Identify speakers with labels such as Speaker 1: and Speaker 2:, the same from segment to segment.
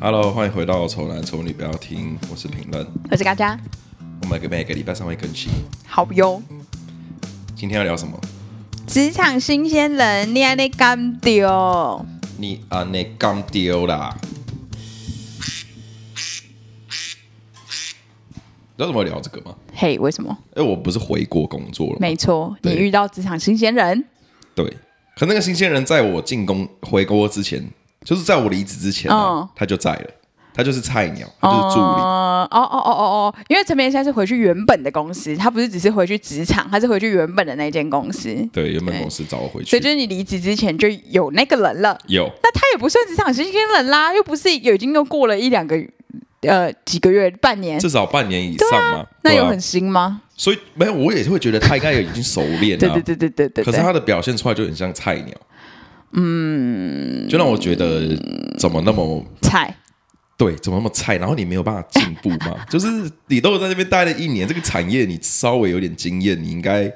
Speaker 1: Hello，欢迎回到《丑男丑女》，不要听，我是评论。
Speaker 2: 我是嘎嘎，
Speaker 1: 我们每个礼拜上会更新。
Speaker 2: 好哟。
Speaker 1: 今天要聊什么？
Speaker 2: 职场新鲜人，你还得干丢？
Speaker 1: 你啊，那刚丢啦！你知道怎么聊这个吗？
Speaker 2: 嘿、为什么？
Speaker 1: 哎，我不是回国工作了吗，
Speaker 2: 没错，你
Speaker 1: 对
Speaker 2: 遇到职场新鲜人，
Speaker 1: 对，可那个新鲜人在我进工回国之前，就是在我离职之前、啊，
Speaker 2: 嗯
Speaker 1: 他就在了，他就是菜鸟，他就是助理。
Speaker 2: 呃哦哦哦哦哦，因为陈明现在是回去原本的公司，他不是只是回去职场，他是回去原本的那间公司，
Speaker 1: 对，原本公司找我回
Speaker 2: 所
Speaker 1: 去
Speaker 2: 以，就是你离职之前就有那个人了。
Speaker 1: 有
Speaker 2: 那他也不算职场新鲜人啦，又不是有已经又过了一两个呃几个月、半年，
Speaker 1: 至少半年以上嘛。
Speaker 2: 那
Speaker 1: 对
Speaker 2: 有
Speaker 1: 啊
Speaker 2: 很新吗？
Speaker 1: 所以没有，我也会觉得他应该也已经熟练了、啊
Speaker 2: 对对对对对对
Speaker 1: 可是
Speaker 2: 对。
Speaker 1: 他的表现出来就很像菜鸟，嗯，就让我觉得怎么那么
Speaker 2: 菜，
Speaker 1: 对，怎么那么菜？然后你没有办法进步嘛？ 就是你都有在那边待了一年，这个产业你稍微有点经验，你应该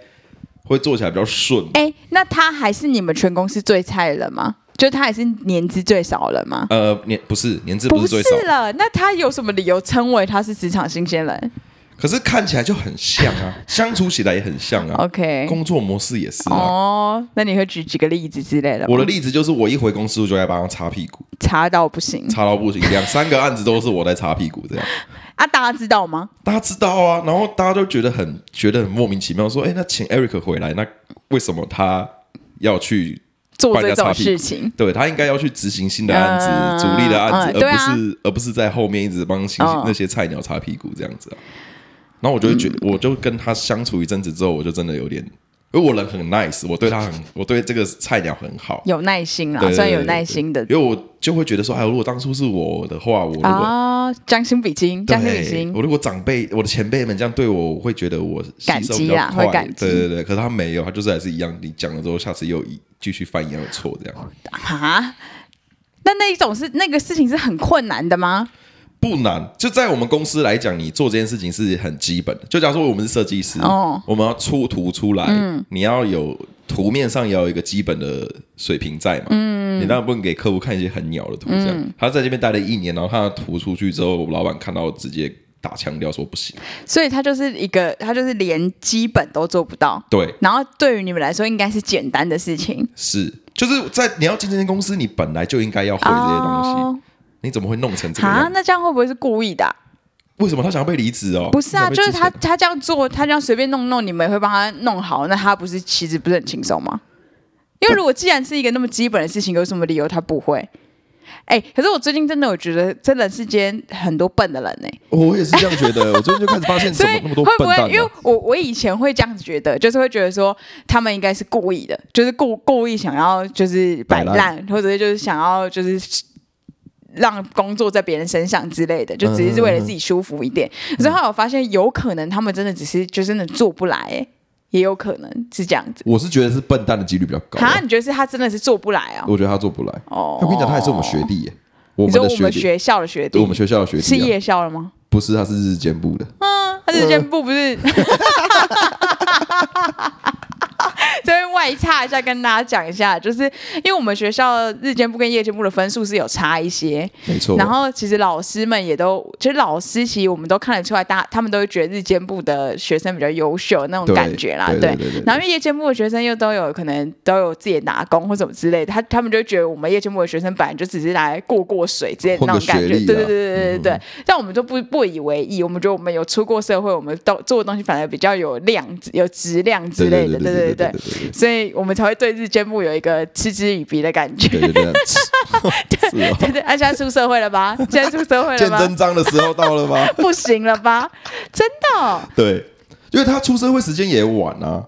Speaker 1: 会做起来比较顺。
Speaker 2: 哎，那他还是你们全公司最菜的人吗？就他还是年资最少的人吗？
Speaker 1: 呃，年不是年资不
Speaker 2: 不
Speaker 1: 是最少，
Speaker 2: 了，那他有什么理由称为他是职场新鲜人
Speaker 1: 可是看起来就很像 啊，相处起来也很像啊，
Speaker 2: ？OK，
Speaker 1: 工作模式也是啊。
Speaker 2: 哦，那你会举几个例子之类的吗？
Speaker 1: 我的例子就是，我一回公司我就该帮他擦屁股，
Speaker 2: 查到不行
Speaker 1: 擦到不行，两三个案子都是我在擦屁股这样。
Speaker 2: 啊，大家知道吗？
Speaker 1: 大家知道啊，然后大家都觉得很觉得很莫名其妙，说：“哎，那请 Eric 回来，那为什么他要去？
Speaker 2: 做
Speaker 1: 帮人
Speaker 2: 这
Speaker 1: 家
Speaker 2: 种
Speaker 1: 擦屁
Speaker 2: 事
Speaker 1: 股
Speaker 2: 情，
Speaker 1: 对他应该要去执行新的案子、
Speaker 2: 嗯
Speaker 1: 主力的案子，
Speaker 2: 嗯对
Speaker 1: 而不
Speaker 2: 啊
Speaker 1: 是、而不是在后面一直帮新、
Speaker 2: 嗯
Speaker 1: 那些菜鸟擦屁股这样子啊。”然后我就会觉
Speaker 2: 嗯
Speaker 1: 得，我就跟他相处一阵子之后，我就真的有点，因为我人很 nice，我对他很，我对这个菜鸟很好，
Speaker 2: 有耐心啦
Speaker 1: 对，对
Speaker 2: 算有
Speaker 1: 对
Speaker 2: 耐心的
Speaker 1: 因为我就会觉得说，哎，如果当初是我的话，我如果、
Speaker 2: 啊，将心比心，
Speaker 1: 对，
Speaker 2: 将心比心，
Speaker 1: 我如果长辈、我的前辈们这样对我，我会觉得我吸
Speaker 2: 感
Speaker 1: 收
Speaker 2: 激
Speaker 1: 比较
Speaker 2: 啊
Speaker 1: 快
Speaker 2: 会感激
Speaker 1: 对对对，可是他没有，他就是还是一样。你讲了之后，下次又一继续犯一样的错，这样
Speaker 2: 啊。那那一种是那个事情是很困难的吗？
Speaker 1: 不难。就在我们公司来讲，你做这件事情是很基本的。就假如说我们是设计师，
Speaker 2: 哦嗯
Speaker 1: 我们要出图出来，你要有图面上要有一个基本的水平在嘛。嗯，你当然不能给客户看一些很鸟的图，这样。
Speaker 2: 嗯
Speaker 1: 他在这边待了一年，然后他的图出去之后，老板看到直接打枪掉说不行。
Speaker 2: 所以他就是一个，他就是连基本都做不到。
Speaker 1: 对，
Speaker 2: 然后对于你们来说，应该是简单的事情。
Speaker 1: 是，就是在你要进这间公司，你本来就应该要会这些东西，
Speaker 2: 哦
Speaker 1: 你怎么会弄成这个
Speaker 2: 啊
Speaker 1: 样？，
Speaker 2: 那这样会不会是故意的啊、
Speaker 1: 为什么他想要被离职哦？
Speaker 2: 不是啊，
Speaker 1: 为
Speaker 2: 就
Speaker 1: 什
Speaker 2: 是
Speaker 1: 么
Speaker 2: 他
Speaker 1: 要被之前
Speaker 2: 他这样做，他这样随便弄弄，你们也会帮他弄好，那他不是其实不是很轻松吗？因为如果既然是一个那么基本的事情，有什么理由他不会？哎、可是我最近真的，我觉得真人世间很多笨的人欸呢、
Speaker 1: 我也是这样觉得，我最近就开始发现怎
Speaker 2: 所
Speaker 1: 么
Speaker 2: 以
Speaker 1: 那么多
Speaker 2: 会不
Speaker 1: 笨
Speaker 2: 会
Speaker 1: 蛋、？
Speaker 2: 因为
Speaker 1: 啊。
Speaker 2: 我我以前会这样子觉得，就是会觉得说他们应该是故意的，就是故故意想要就是摆
Speaker 1: 摆
Speaker 2: 烂，或者是就是想要就是。让工作在别人身上之类的，就只是为了自己舒服
Speaker 1: 嗯
Speaker 2: 一点。可是后来我发现，有可能他们真的只是就真的做不来、欸，也有可能是这样子。
Speaker 1: 我是觉得是笨蛋的几率比较高啊、
Speaker 2: 啊，你觉得是他真的是做不来哦？
Speaker 1: 我觉得他做不来。
Speaker 2: 哦，
Speaker 1: 我跟你讲，他也是我们学弟耶，我
Speaker 2: 你
Speaker 1: 们
Speaker 2: 说
Speaker 1: 的
Speaker 2: 我们
Speaker 1: 弟，
Speaker 2: 学校的学弟，
Speaker 1: 对我们学校的学
Speaker 2: 是
Speaker 1: 弟、啊，
Speaker 2: 夜校了吗？
Speaker 1: 不是，他是日间部的。
Speaker 2: 他之前部不是， 这边外插一下，跟大家讲一下，就是因为我们学校日间部跟夜间部的分数是有差一些，
Speaker 1: 没错。
Speaker 2: 然后其实老师们也都，其实老师其实我们都看得出来，大他们都会觉得日间部的学生比较优秀那种
Speaker 1: 对
Speaker 2: 感觉啦，
Speaker 1: 对对对对
Speaker 2: 然后因为夜间部的学生又都有可能都有自己打工或什么之类的，他他们就会觉得我们夜间部的学生本来就只是来过过水之类的
Speaker 1: 混个
Speaker 2: 那种感觉，
Speaker 1: 学历
Speaker 2: 对
Speaker 1: 啊嗯
Speaker 2: 对对对对对对。但我们就不不以为意，我们觉得我们有出过社会，我们都做的东西反而比较有量子、有质量之
Speaker 1: 对
Speaker 2: 类
Speaker 1: 对
Speaker 2: 的，
Speaker 1: 对对
Speaker 2: 对
Speaker 1: 对
Speaker 2: 对
Speaker 1: 对。对
Speaker 2: 所以我们才会对日间部有一个嗤之以鼻的感觉。
Speaker 1: 对对对对，是哦。
Speaker 2: 对对，啊，现在出社会了吧？现在出社 会了
Speaker 1: 见
Speaker 2: 吧？
Speaker 1: 真章的时候到了吗？
Speaker 2: 不行了吧？真的？
Speaker 1: 对，因为他出社会时间也晚啊。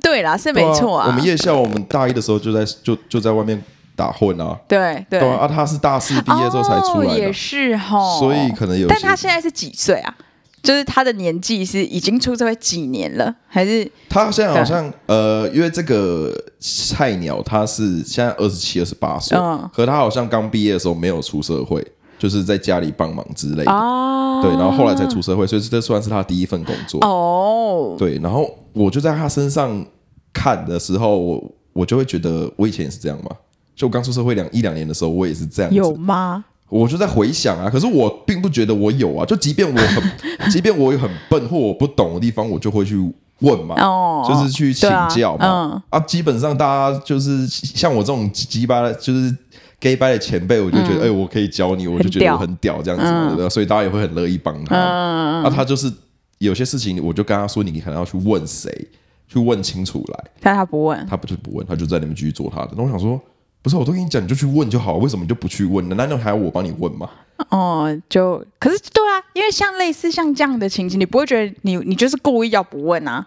Speaker 2: 对啦，是没错
Speaker 1: 对
Speaker 2: 啊。
Speaker 1: 我们夜校，我们大一的时候就在就就在外面打混啊。
Speaker 2: 对对
Speaker 1: 对啊，啊他是大四毕业之后才出
Speaker 2: 哦、
Speaker 1: 来的
Speaker 2: 也，是吼。
Speaker 1: 所以可能有些。
Speaker 2: 但他现在是几岁啊？就是他的年纪是已经出社会几年了，还是
Speaker 1: 他现在好像呃，因为这个菜鸟他是现在二十七、二十八岁
Speaker 2: 嗯，
Speaker 1: 可他好像刚毕业的时候没有出社会，就是在家里帮忙之类的。
Speaker 2: 啊？
Speaker 1: 对，然后后来才出社会，所以这算是他第一份工作。
Speaker 2: 哦，
Speaker 1: 对，然后我就在他身上看的时候，我我就会觉得我以前也是这样嘛。就我刚出社会两一两年的时候，我也是这样子。
Speaker 2: 有吗？
Speaker 1: 我就在回想啊，可是我并不觉得我有啊，就即便我 很，即便我有很笨或我不懂的地方，我就会去问嘛，
Speaker 2: 哦
Speaker 1: 就是去请教嘛。
Speaker 2: 对啊
Speaker 1: 啊，基本上大家就是像我这种鸡巴的，就是 gay 掰的前辈，我就觉
Speaker 2: 嗯
Speaker 1: 得，哎、我可以教你，我就觉得
Speaker 2: 屌
Speaker 1: 我很屌这样子嘛，对吧？所以大家也会很乐意帮他。
Speaker 2: 嗯，
Speaker 1: 啊，他就是有些事情，我就跟他说，你可能要去问谁，去问清楚来。
Speaker 2: 但他不问，
Speaker 1: 他不就不问，他就在那边继续做他的。那我想说，不是，我都跟你讲，你就去问就好，为什么你就不去问呢？难道还要我帮你问吗？
Speaker 2: 哦，就可是对啊，因为像类似像这样的情景，你不会觉得你你就是故意要不问啊，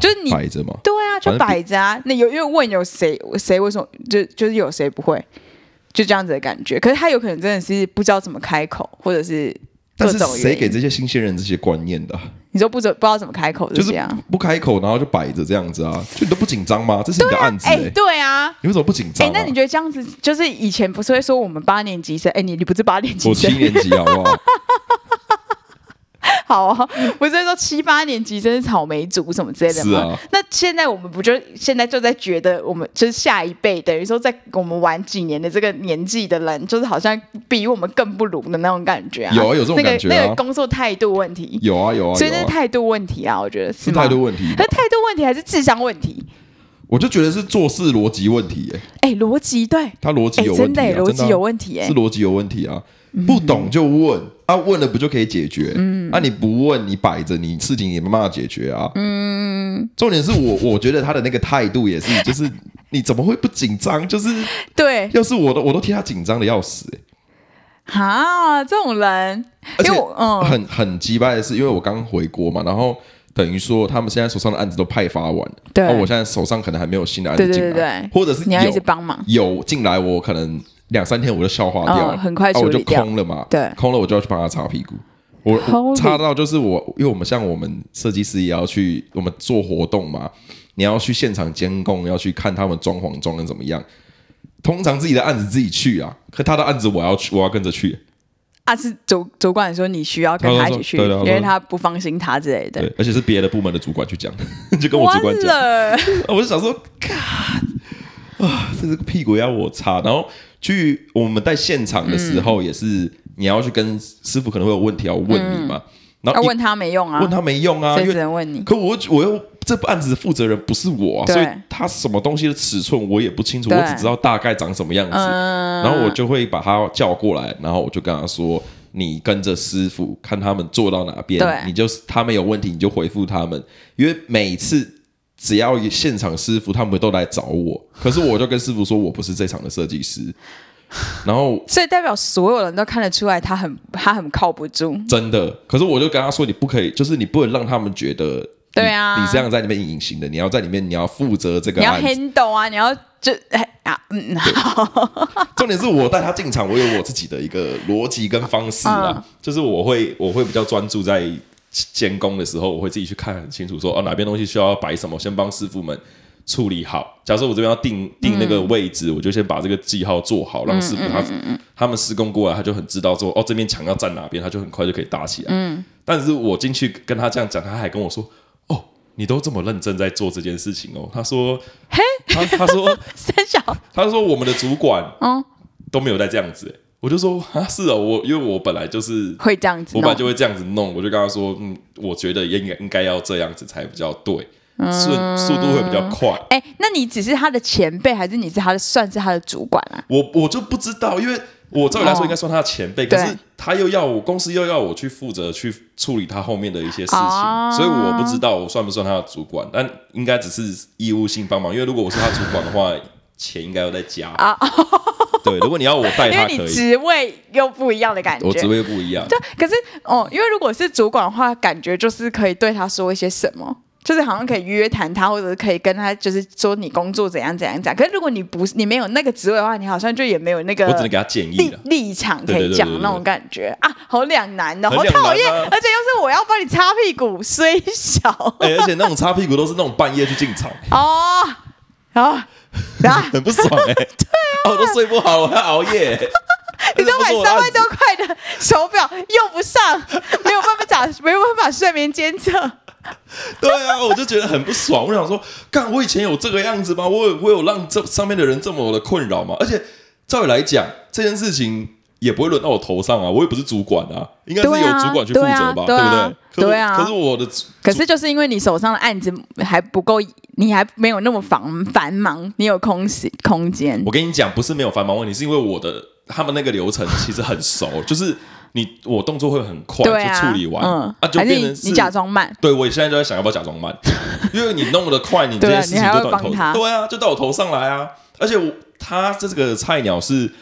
Speaker 2: 就是你
Speaker 1: 摆着嘛。
Speaker 2: 对啊，就
Speaker 1: 反正比
Speaker 2: 摆着啊。那有因为问有谁谁为什么就就是有谁不会，就这样子的感觉。可是他有可能真的是不知道怎么开口，或者是
Speaker 1: 但
Speaker 2: 各
Speaker 1: 是
Speaker 2: 种
Speaker 1: 谁
Speaker 2: 原
Speaker 1: 给
Speaker 2: 因。
Speaker 1: 这些新鲜人这些观念的啊、
Speaker 2: 你说不知不知道怎么开口
Speaker 1: 就是是
Speaker 2: 这样？
Speaker 1: 不开口，然后就摆着这样子啊？就你都不紧张吗？这是你的案子、欸
Speaker 2: 哎、对啊。
Speaker 1: 你为什么不紧
Speaker 2: 哎、
Speaker 1: 张、啊？
Speaker 2: 那你觉得这样子，就是以前不是会说我们八年级生？哎、你你不是八年级
Speaker 1: 我七
Speaker 2: 生？
Speaker 1: 年级好不好？
Speaker 2: 好哦，不是说七八年级生是草莓族什么之类的
Speaker 1: 是
Speaker 2: 吗？
Speaker 1: 啊，
Speaker 2: 那现在我们不就现在就在觉得我们就是下一辈，等于说在我们玩几年的这个年纪的人，就是好像比我们更不如的那种感觉啊。
Speaker 1: 有啊有这种感觉啊
Speaker 2: 那个那个工作态度问题，
Speaker 1: 有啊有啊
Speaker 2: 所以那
Speaker 1: 有
Speaker 2: 是
Speaker 1: 啊，
Speaker 2: 态度问题啊，我觉得
Speaker 1: 是
Speaker 2: 吗？
Speaker 1: 态度问题吧啊
Speaker 2: 那。态度问题还是智商问题？
Speaker 1: 我就觉得是做事逻辑问题、欸，
Speaker 2: 哎，逻辑对，
Speaker 1: 他逻辑
Speaker 2: 哎，
Speaker 1: 有问
Speaker 2: 真
Speaker 1: 题、
Speaker 2: 的
Speaker 1: 啊，
Speaker 2: 哎逻
Speaker 1: 真的
Speaker 2: 辑
Speaker 1: 啊
Speaker 2: 有问题嗯哎
Speaker 1: 是。逻辑有问题啊，不懂就问啊，问了不就可以解决？嗯，啊，你不问你摆着，你事情也没办法解决啊。嗯，重点是我我觉得他的那个态度也是，就是你怎么会不紧张？就是
Speaker 2: 对，
Speaker 1: 要是我都我都替他紧张的要死、欸
Speaker 2: 哈，这种人，
Speaker 1: 而且
Speaker 2: 因为我嗯，
Speaker 1: 很很鸡掰的是，因为我刚回国嘛，然后等于说他们现在手上的案子都派发完，
Speaker 2: 对
Speaker 1: 哦那我现在手上可能还没有新的案子
Speaker 2: 对对
Speaker 1: 进来，
Speaker 2: 对对
Speaker 1: 或者是
Speaker 2: 你要一直
Speaker 1: 有
Speaker 2: 帮忙，
Speaker 1: 有进来，我可能两三天我就消化掉了，
Speaker 2: 嗯很快
Speaker 1: 啊我
Speaker 2: 处
Speaker 1: 就
Speaker 2: 理掉
Speaker 1: 空了嘛，
Speaker 2: 对
Speaker 1: 空了我就要去帮他擦屁股。我我
Speaker 2: Holy-
Speaker 1: 擦到就是我，因为我们像我们设计师也要去，我们做活动嘛，你要去现场监控，要去看他们装潢装的怎么样。通常自己的案子自己去啊，可他的案子我要去，我要跟着去。
Speaker 2: 啊，是主主管说你需要跟
Speaker 1: 他
Speaker 2: 他
Speaker 1: 说
Speaker 2: 一起去，
Speaker 1: 对对对
Speaker 2: 因为他不放心他之类的。
Speaker 1: 对，而且是别的部门的主管去讲， 就跟我主
Speaker 2: 完
Speaker 1: 管讲。
Speaker 2: 了，
Speaker 1: 啊我就想说，God 啊，这是个屁股要我擦。然后去我们在现场的
Speaker 2: 嗯
Speaker 1: 时候，也是你要去跟师傅可能会有问题要问你嘛，然
Speaker 2: 嗯要
Speaker 1: 后一
Speaker 2: 问他没用啊，
Speaker 1: 问他没用啊，
Speaker 2: 所以
Speaker 1: 因
Speaker 2: 只
Speaker 1: 为
Speaker 2: 能问你。
Speaker 1: 可我又我又这部案子的负责人不是我啊，
Speaker 2: 对
Speaker 1: 所以他什么东西的尺寸我也不清楚，我
Speaker 2: 对
Speaker 1: 只知道大概长什么样子。
Speaker 2: 嗯，
Speaker 1: 然后我就会把他叫过来，然后我就跟他说：“你跟着师傅看他们做到哪边
Speaker 2: 对，
Speaker 1: 你就是他们有问题你就回复他们，因为每次只要有现场师傅他们都来找我，可是我就跟师傅说我不是这场的设计师，然后
Speaker 2: 所以代表所有人都看得出来，他很他很靠不住。
Speaker 1: 真的，可是我就跟他说你不可以，就是你不能让他们觉得你。
Speaker 2: 对啊
Speaker 1: 你这样在里面隐形的，你要在里面，你要负责这个
Speaker 2: 你要
Speaker 1: 案子。
Speaker 2: handle 啊，你要就哎啊嗯好，
Speaker 1: 重点是我带他进场，我有我自己的一个逻辑跟方式啦，
Speaker 2: 嗯
Speaker 1: 就是我会我会比较专注在监工的时候，我会自己去看很清楚说哦哪边东西需要摆什么，先帮师傅们处理好。假设我这边要定定那个位置，我就先把这个记号做好，让师傅他、他们施工过来，他就很知道说哦这边墙要站哪边，他就很快就可以搭起来。嗯，但是我进去跟他这样讲，他还跟我说哦。你都这么认真在做这件事情哦，他说，他他说
Speaker 2: 三小
Speaker 1: 他说我们的主管
Speaker 2: 嗯
Speaker 1: 都没有在这样子、欸我就说啊是哦，我因为我本来就是
Speaker 2: 会这样子
Speaker 1: 我
Speaker 2: 弄，
Speaker 1: 本来就会这样子弄，我就跟他说，嗯，我觉得应该应该要这样子才比较对，
Speaker 2: 嗯
Speaker 1: 顺速度会比较快。
Speaker 2: 哎，那你只是他的前辈，还是你是他的算是他的主管啊？
Speaker 1: 我我就不知道，因为我照理来说
Speaker 2: 哦
Speaker 1: 应该算他的前辈，可
Speaker 2: 对
Speaker 1: 是他又要我公司又要我去负责去处理他后面的一些事情，
Speaker 2: 哦
Speaker 1: 所以我不知道我算不算他的主管，但应该只是义务性帮忙，因为如果我是他主管的话，钱应该要再加
Speaker 2: 啊。
Speaker 1: 对，如果你要我带
Speaker 2: 因
Speaker 1: 他
Speaker 2: 为
Speaker 1: 可
Speaker 2: 你
Speaker 1: 以，
Speaker 2: 职位又不一样的感
Speaker 1: 我职
Speaker 2: 觉。
Speaker 1: 位不一样。
Speaker 2: 对，可是哦，因为如果是主管的话，感觉就是可以对他说一些什么，就是好像可以约谈他，或者是可以跟他就是说你工作怎样怎样讲。可是如果你不是你没有那个职位的话，你好像就也没有那个
Speaker 1: 我只能给他建议
Speaker 2: 立
Speaker 1: 了。
Speaker 2: 立场可
Speaker 1: 对对
Speaker 2: 以
Speaker 1: 对
Speaker 2: 讲
Speaker 1: 对对
Speaker 2: 那种感觉啊，好两难的，
Speaker 1: 很
Speaker 2: 好
Speaker 1: 两
Speaker 2: 讨厌，
Speaker 1: 难啊
Speaker 2: 而且又是我要帮你擦屁股，虽小
Speaker 1: 哎、而且那种擦屁股都是那种半夜去进 场，
Speaker 2: 哦啊 啊！
Speaker 1: 很不爽哎、对啊，我、都睡不好，我 还要熬夜、
Speaker 2: 你都
Speaker 1: 这不
Speaker 2: 买
Speaker 1: 是我
Speaker 2: 三
Speaker 1: 的
Speaker 2: 万
Speaker 1: 案子
Speaker 2: 多块的手表用不上，没有办法找，没有办法睡眠监测。
Speaker 1: 对啊，我就觉得很不爽。我想说，干，我以前有这个样子吗？我有我有让这上面的人这么的困扰吗？而且照理来讲，这件事情也不会轮到我头上啊，我也不是主管啊，应该是
Speaker 2: 对
Speaker 1: 由
Speaker 2: 啊
Speaker 1: 主管去负责吧，
Speaker 2: 对
Speaker 1: 不
Speaker 2: 啊
Speaker 1: 对？可我
Speaker 2: 对啊
Speaker 1: 可是我的主
Speaker 2: 可是就是因为你手上的案子还不够，你还没有那么繁繁忙，你有空隙空间
Speaker 1: 我。跟你讲，不是没有繁忙问题，是因为我的他们那个流程其实很熟，就是你我动作会很快
Speaker 2: 对
Speaker 1: 就
Speaker 2: 啊，
Speaker 1: 处理完，
Speaker 2: 嗯，
Speaker 1: 啊就
Speaker 2: 还
Speaker 1: 变
Speaker 2: 你
Speaker 1: 成是
Speaker 2: 你假。装慢，
Speaker 1: 对，我现在就在想要不要假装慢，因为你弄得快，你这
Speaker 2: 对啊
Speaker 1: 件事情
Speaker 2: 你还要
Speaker 1: 就到
Speaker 2: 帮
Speaker 1: 头，
Speaker 2: 他
Speaker 1: 对啊，就到我头上来啊。而且我他这个菜鸟是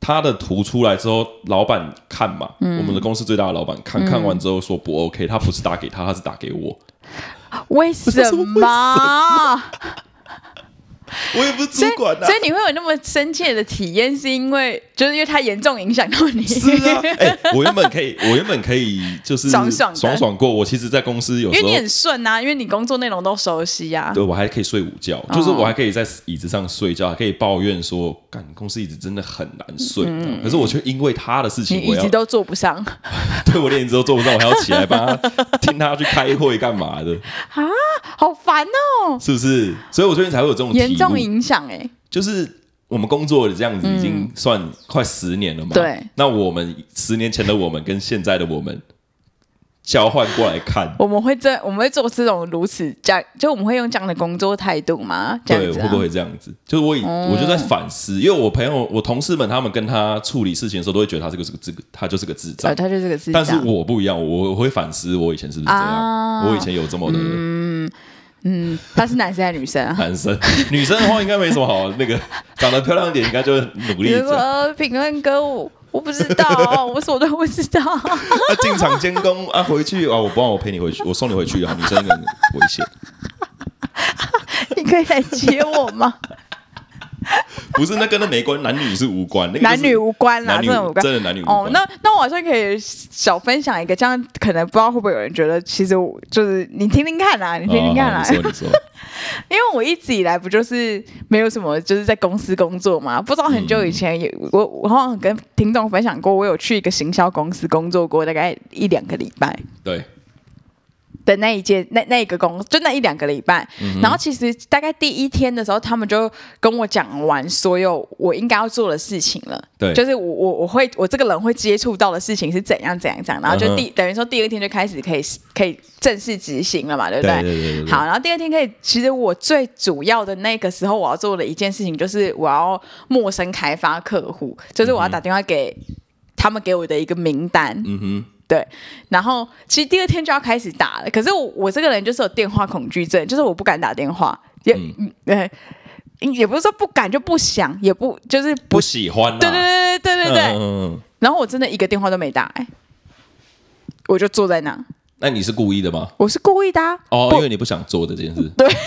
Speaker 1: 他的图出来之后，老板看嘛，
Speaker 2: 嗯
Speaker 1: 我们的公司最大的老板看、看完之后说不 OK，他不是打给他，他是打给我，
Speaker 2: 为什
Speaker 1: 为
Speaker 2: 么？
Speaker 1: 我也不是
Speaker 2: 所以
Speaker 1: 主管啊
Speaker 2: 所。以你会有那么深切的体验，是因为就是因为它严重影响到你。
Speaker 1: 是 啊，哎、我原本可以，我原本可以就是
Speaker 2: 爽爽的
Speaker 1: 爽爽过。我其实，在公司有时
Speaker 2: 因为
Speaker 1: 候
Speaker 2: 你很顺啊，因为你工作内容都熟悉啊。哦
Speaker 1: 对我还可以睡午觉，就是我还可以在椅子上睡觉，还可以抱怨说，干公司椅子真的很难睡。可是我却因为他的事
Speaker 2: 嗯你
Speaker 1: 情，我
Speaker 2: 椅
Speaker 1: 要
Speaker 2: 子都坐不上，
Speaker 1: 对我连椅子都坐不上，我还要起来帮他听他去开会干嘛的，
Speaker 2: 好烦哦，
Speaker 1: 是不是？所以我最近才会有这种
Speaker 2: 严
Speaker 1: 体
Speaker 2: 重
Speaker 1: 悟
Speaker 2: 影响哎、
Speaker 1: 就是。我们工作的这样子已经算快十年了嘛？
Speaker 2: 对。
Speaker 1: 那我们十年前的我们跟现在的我们交换过来看，
Speaker 2: 我们会这，我们会做这种如此这样，就我们会用这样的工作态度吗？这
Speaker 1: 对，
Speaker 2: 样子、啊、哦
Speaker 1: 会不会这样子？就是我以、我就在反思，因为我朋友、我同事们他们跟他处理事情的时候，都会觉得他这个是个这个，他就是个智障
Speaker 2: 呃，。他就是个智
Speaker 1: 但是
Speaker 2: 障。
Speaker 1: 我不一样，我我会反思我以前是不是这样，
Speaker 2: 啊
Speaker 1: 我以前有这么的
Speaker 2: 嗯，他是男生还是女生啊？
Speaker 1: 男生。女生的话应该没什么好，那个长得漂亮一点，应该就会努力
Speaker 2: 你
Speaker 1: 一
Speaker 2: 说
Speaker 1: 下。
Speaker 2: 呃评论歌舞，我不知 道，我什么都不知道。
Speaker 1: 啊，进场监工啊，回去啊，我不让我陪你回去，我送你回去啊，女生很危险。
Speaker 2: 你可以来接我吗？
Speaker 1: 不是那跟那没关，男女是无关， 那个就是
Speaker 2: 男女无关啦，
Speaker 1: 男女
Speaker 2: 真的无关
Speaker 1: 真。的男女无关。
Speaker 2: 哦，那那我好像可以小分享一个，这样可能不知道会不会有人觉得，其实我就是你听听看啊，你听听看啊，
Speaker 1: 哦好你说你说，
Speaker 2: 因为我一直以来不就是没有什么，就是在公司工作嘛。不知道很久以前也，我我好像跟听众分享过，我有去一个行销公司工作过，大概一两个礼拜
Speaker 1: 对，
Speaker 2: 的那一届，那那一个公就那一两个礼拜。
Speaker 1: 嗯
Speaker 2: 然后其实大概第一天的时候，他们就跟我讲完所有我应该要做的事情了。
Speaker 1: 对
Speaker 2: 就是我我我会我这个人会接触到的事情是怎样怎样怎样，然后
Speaker 1: 嗯
Speaker 2: 就第、等于说第二天就开始可以可以正式执行了嘛，对不
Speaker 1: 对对对对对
Speaker 2: 好，然后第二天可以，其实我最主要的那个时候我要做的一件事情就是我要陌生开发客户，就是我要打电话给。他们给我的一个名单，
Speaker 1: 嗯哼，
Speaker 2: 对，然后其实第二天就要开始打了，可是我我这个人就是有电话恐惧症，就是我不敢打电话，也、嗯、呃，也不是说不敢就不想，也不就是
Speaker 1: 不
Speaker 2: 不，
Speaker 1: 喜欢啦。
Speaker 2: 对对对对对对对，
Speaker 1: 嗯嗯嗯
Speaker 2: 然后我真的一个电话都没打、哎，我就坐在那，
Speaker 1: 那你是故意的吗？
Speaker 2: 我是故意的、啊，
Speaker 1: 哦，
Speaker 2: 不
Speaker 1: 因为你不想做这件事。
Speaker 2: 对。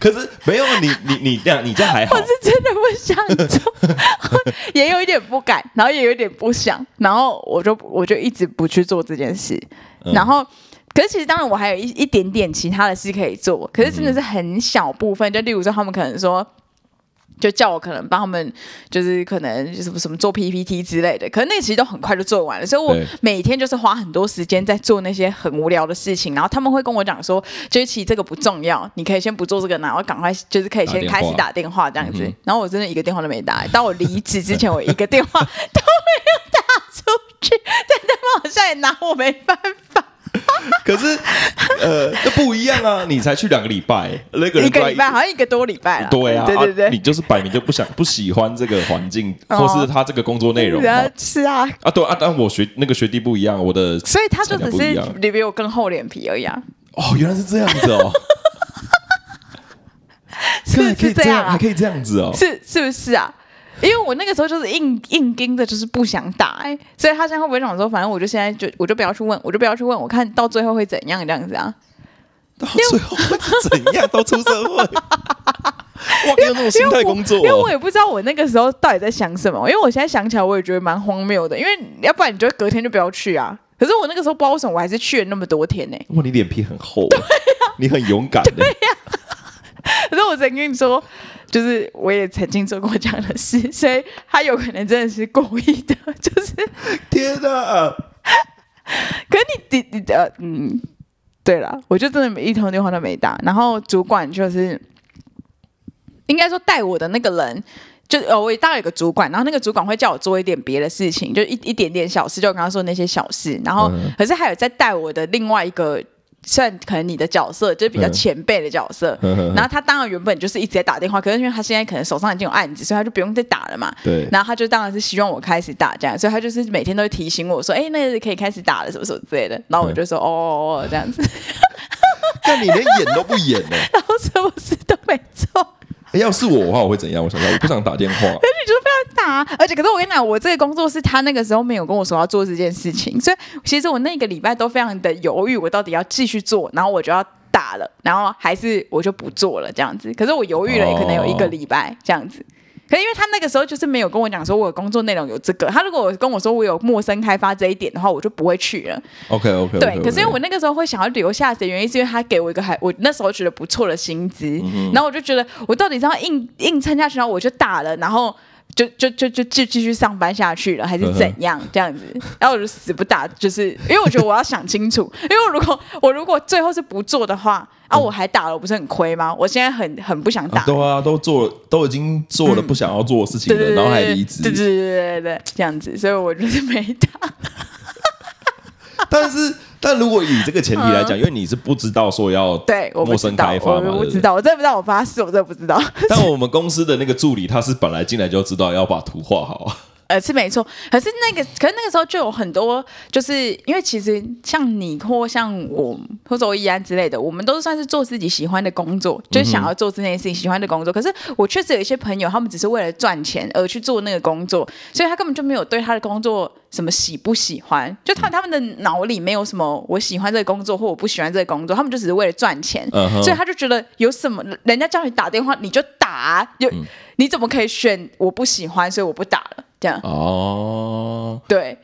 Speaker 1: 可是没有啊你，你你这样，你这样还好
Speaker 2: 我。是真的不想做，也有一点不敢，然后也有一点不想，然后我就我就一直不去做这件事，
Speaker 1: 嗯
Speaker 2: 然后。可是其实，当然我还有一一点点其他的事可以做，可是真的是很小部分。就例如说，他们可能说，就叫我可能帮他们，就是可能就是什么什么做 PPT 之类的。可是那个其实都很快就做完了，所以我
Speaker 1: 对
Speaker 2: 每天就是花很多时间在做那些很无聊的事情。然后他们会跟我讲说，就是其实这个不重要，你可以先不做这个，然后赶快就是可以先开始打电话这样
Speaker 1: 嗯
Speaker 2: 子。然后我真的一个电话都没打、哎到我离职 之前，我一个电话 都没有打出去，但他们好像也拿我没办法。
Speaker 1: 可是呃，这不一样啊！你才去两个礼拜，那个人
Speaker 2: 一个
Speaker 1: 在
Speaker 2: 礼拜，好像一个多礼拜了。
Speaker 1: 对啊，
Speaker 2: 对对
Speaker 1: 啊
Speaker 2: 对，
Speaker 1: 你就是摆明就不想不喜欢这个环境，
Speaker 2: 哦
Speaker 1: 或是他这个工作内容嘛
Speaker 2: 然后是啊，
Speaker 1: 啊。对啊，但我学那个学弟不一样，我的
Speaker 2: 所以他就
Speaker 1: 菜鸟
Speaker 2: 只
Speaker 1: 不一
Speaker 2: 是
Speaker 1: 样
Speaker 2: 你比我更厚脸皮而已啊，
Speaker 1: 哦，原来是这样子哦，
Speaker 2: 是
Speaker 1: 可以
Speaker 2: 是
Speaker 1: 这
Speaker 2: 这样
Speaker 1: 还
Speaker 2: 啊
Speaker 1: 可，以这样子哦。
Speaker 2: 是是不是啊？因为我那个时候就是硬硬盯着，就是不想打、哎，所以他现在会不会想说，反正我就现在就我就不要去问，我就不要去问，我看到最后会怎样这样子啊？
Speaker 1: 到最后会是怎样？到出社 会，哇，用那种心
Speaker 2: 因为
Speaker 1: 态
Speaker 2: 我
Speaker 1: 工作、
Speaker 2: 因为我
Speaker 1: 哦，
Speaker 2: 也不知道我那个时候到底在想什么，因为我现在想起来我也觉得蛮荒谬的，因为要不然你就隔天就不要去啊。可是我那个时候不知道为什么我还是去了那么多天呢、
Speaker 1: 哇，你脸皮很厚，啊
Speaker 2: 啊
Speaker 1: 你很勇敢的。
Speaker 2: 可是我曾经跟你说，就是我也曾经做过这样的事，所以他有可能真的是故意的， 就是，
Speaker 1: 天哪！
Speaker 2: 可是你你你呃嗯，对了，我就真的一通电话都没打，然后主管就是，应该说带我的那个人。就呃，我大概有个主管，然后那个主管会叫我做一点别的事情，就一一点点小事，就我刚刚说那些小事。然后，可是还有在带我的另外一个，算可能你的角色，就是比较前辈的角色。
Speaker 1: 嗯嗯嗯
Speaker 2: 然后他当然原本就是一直在打电话，可是因为他现在可能手上已经有案子，所以他就不用再打了嘛。
Speaker 1: 对，
Speaker 2: 然后他就当然是希望我开始打这样，所以他就是每天都会提醒我说：“哎，那个可以开始打了，什么什么之类的。”然后我就说：“哦哦哦，这样子，
Speaker 1: 但你连演都不演 呢、哎
Speaker 2: 然后什么事都没做。”
Speaker 1: 要是我的话，我会怎样？我想想，我不想打电话。
Speaker 2: 你就是被他打、啊。而且，可是我跟你讲，我这个工作是他那个时候没有跟我说要做这件事情，所以其实我那个礼拜都非常的犹豫，我到底要继续做，然后我就要打了，然后还是我就不做了这样子。可是我犹豫了，也可能有一个礼拜这样子。可是因为他那个时候就是没有跟我讲说我的工作内容有这个，他如果跟我说我有陌生开发这一点的话，我就不会去了。
Speaker 1: OK OK，
Speaker 2: 对，可是因为我那个时候会想要留下的原因，是因为他给我一个还我那时候觉得不错的薪资，然后我就觉得我到底是要硬硬撑下去，然后我就打了，然后。就就就就就继续上班下去了，还是怎样这样子？然后我就死不打，就是因为我觉得我要想清楚，因为如果我如果最后是不做的话，啊，我还打了，我不是很亏吗？我现在很很不想打
Speaker 1: 啊，对啊，都做了，都已经做了不想要做的事情了，
Speaker 2: 对对对，
Speaker 1: 然后还
Speaker 2: 对
Speaker 1: 离职
Speaker 2: 嗯对。对对对对，这样子，所以我就是没打。
Speaker 1: 但是，但如果以这个前提来讲，因为你是不知道说要
Speaker 2: 嗯对，我不
Speaker 1: 陌
Speaker 2: 知
Speaker 1: 生
Speaker 2: 道，
Speaker 1: 开发
Speaker 2: 我
Speaker 1: 嘛，
Speaker 2: 我不
Speaker 1: 对
Speaker 2: 知
Speaker 1: 对。
Speaker 2: 道，我真的不知道，我发誓，我真的不知道。
Speaker 1: 但我们公司的那个助理，他是本来进来就知道要把图画好，
Speaker 2: 呃，是没错，可是那个，可是那个时候就有很多，就是因为其实像你或像我或者我怡安之类的，我们都算是做自己喜欢的工作，就是想要做这件事情喜欢的工作。可是我确实有一些朋友，他们只是为了赚钱而去做那个工作，所以他根本就没有对他的工作什么喜不喜欢，就他他们的脑里没有什么我喜欢这个工作或我不喜欢这个工作，他们就只是为了赚钱，
Speaker 1: 嗯哼
Speaker 2: 所以他就觉得有什么人家叫你打电话你就打啊、有、
Speaker 1: 嗯
Speaker 2: 你怎么可以选我不喜欢，所以我不打了这样。
Speaker 1: 哦，
Speaker 2: 对，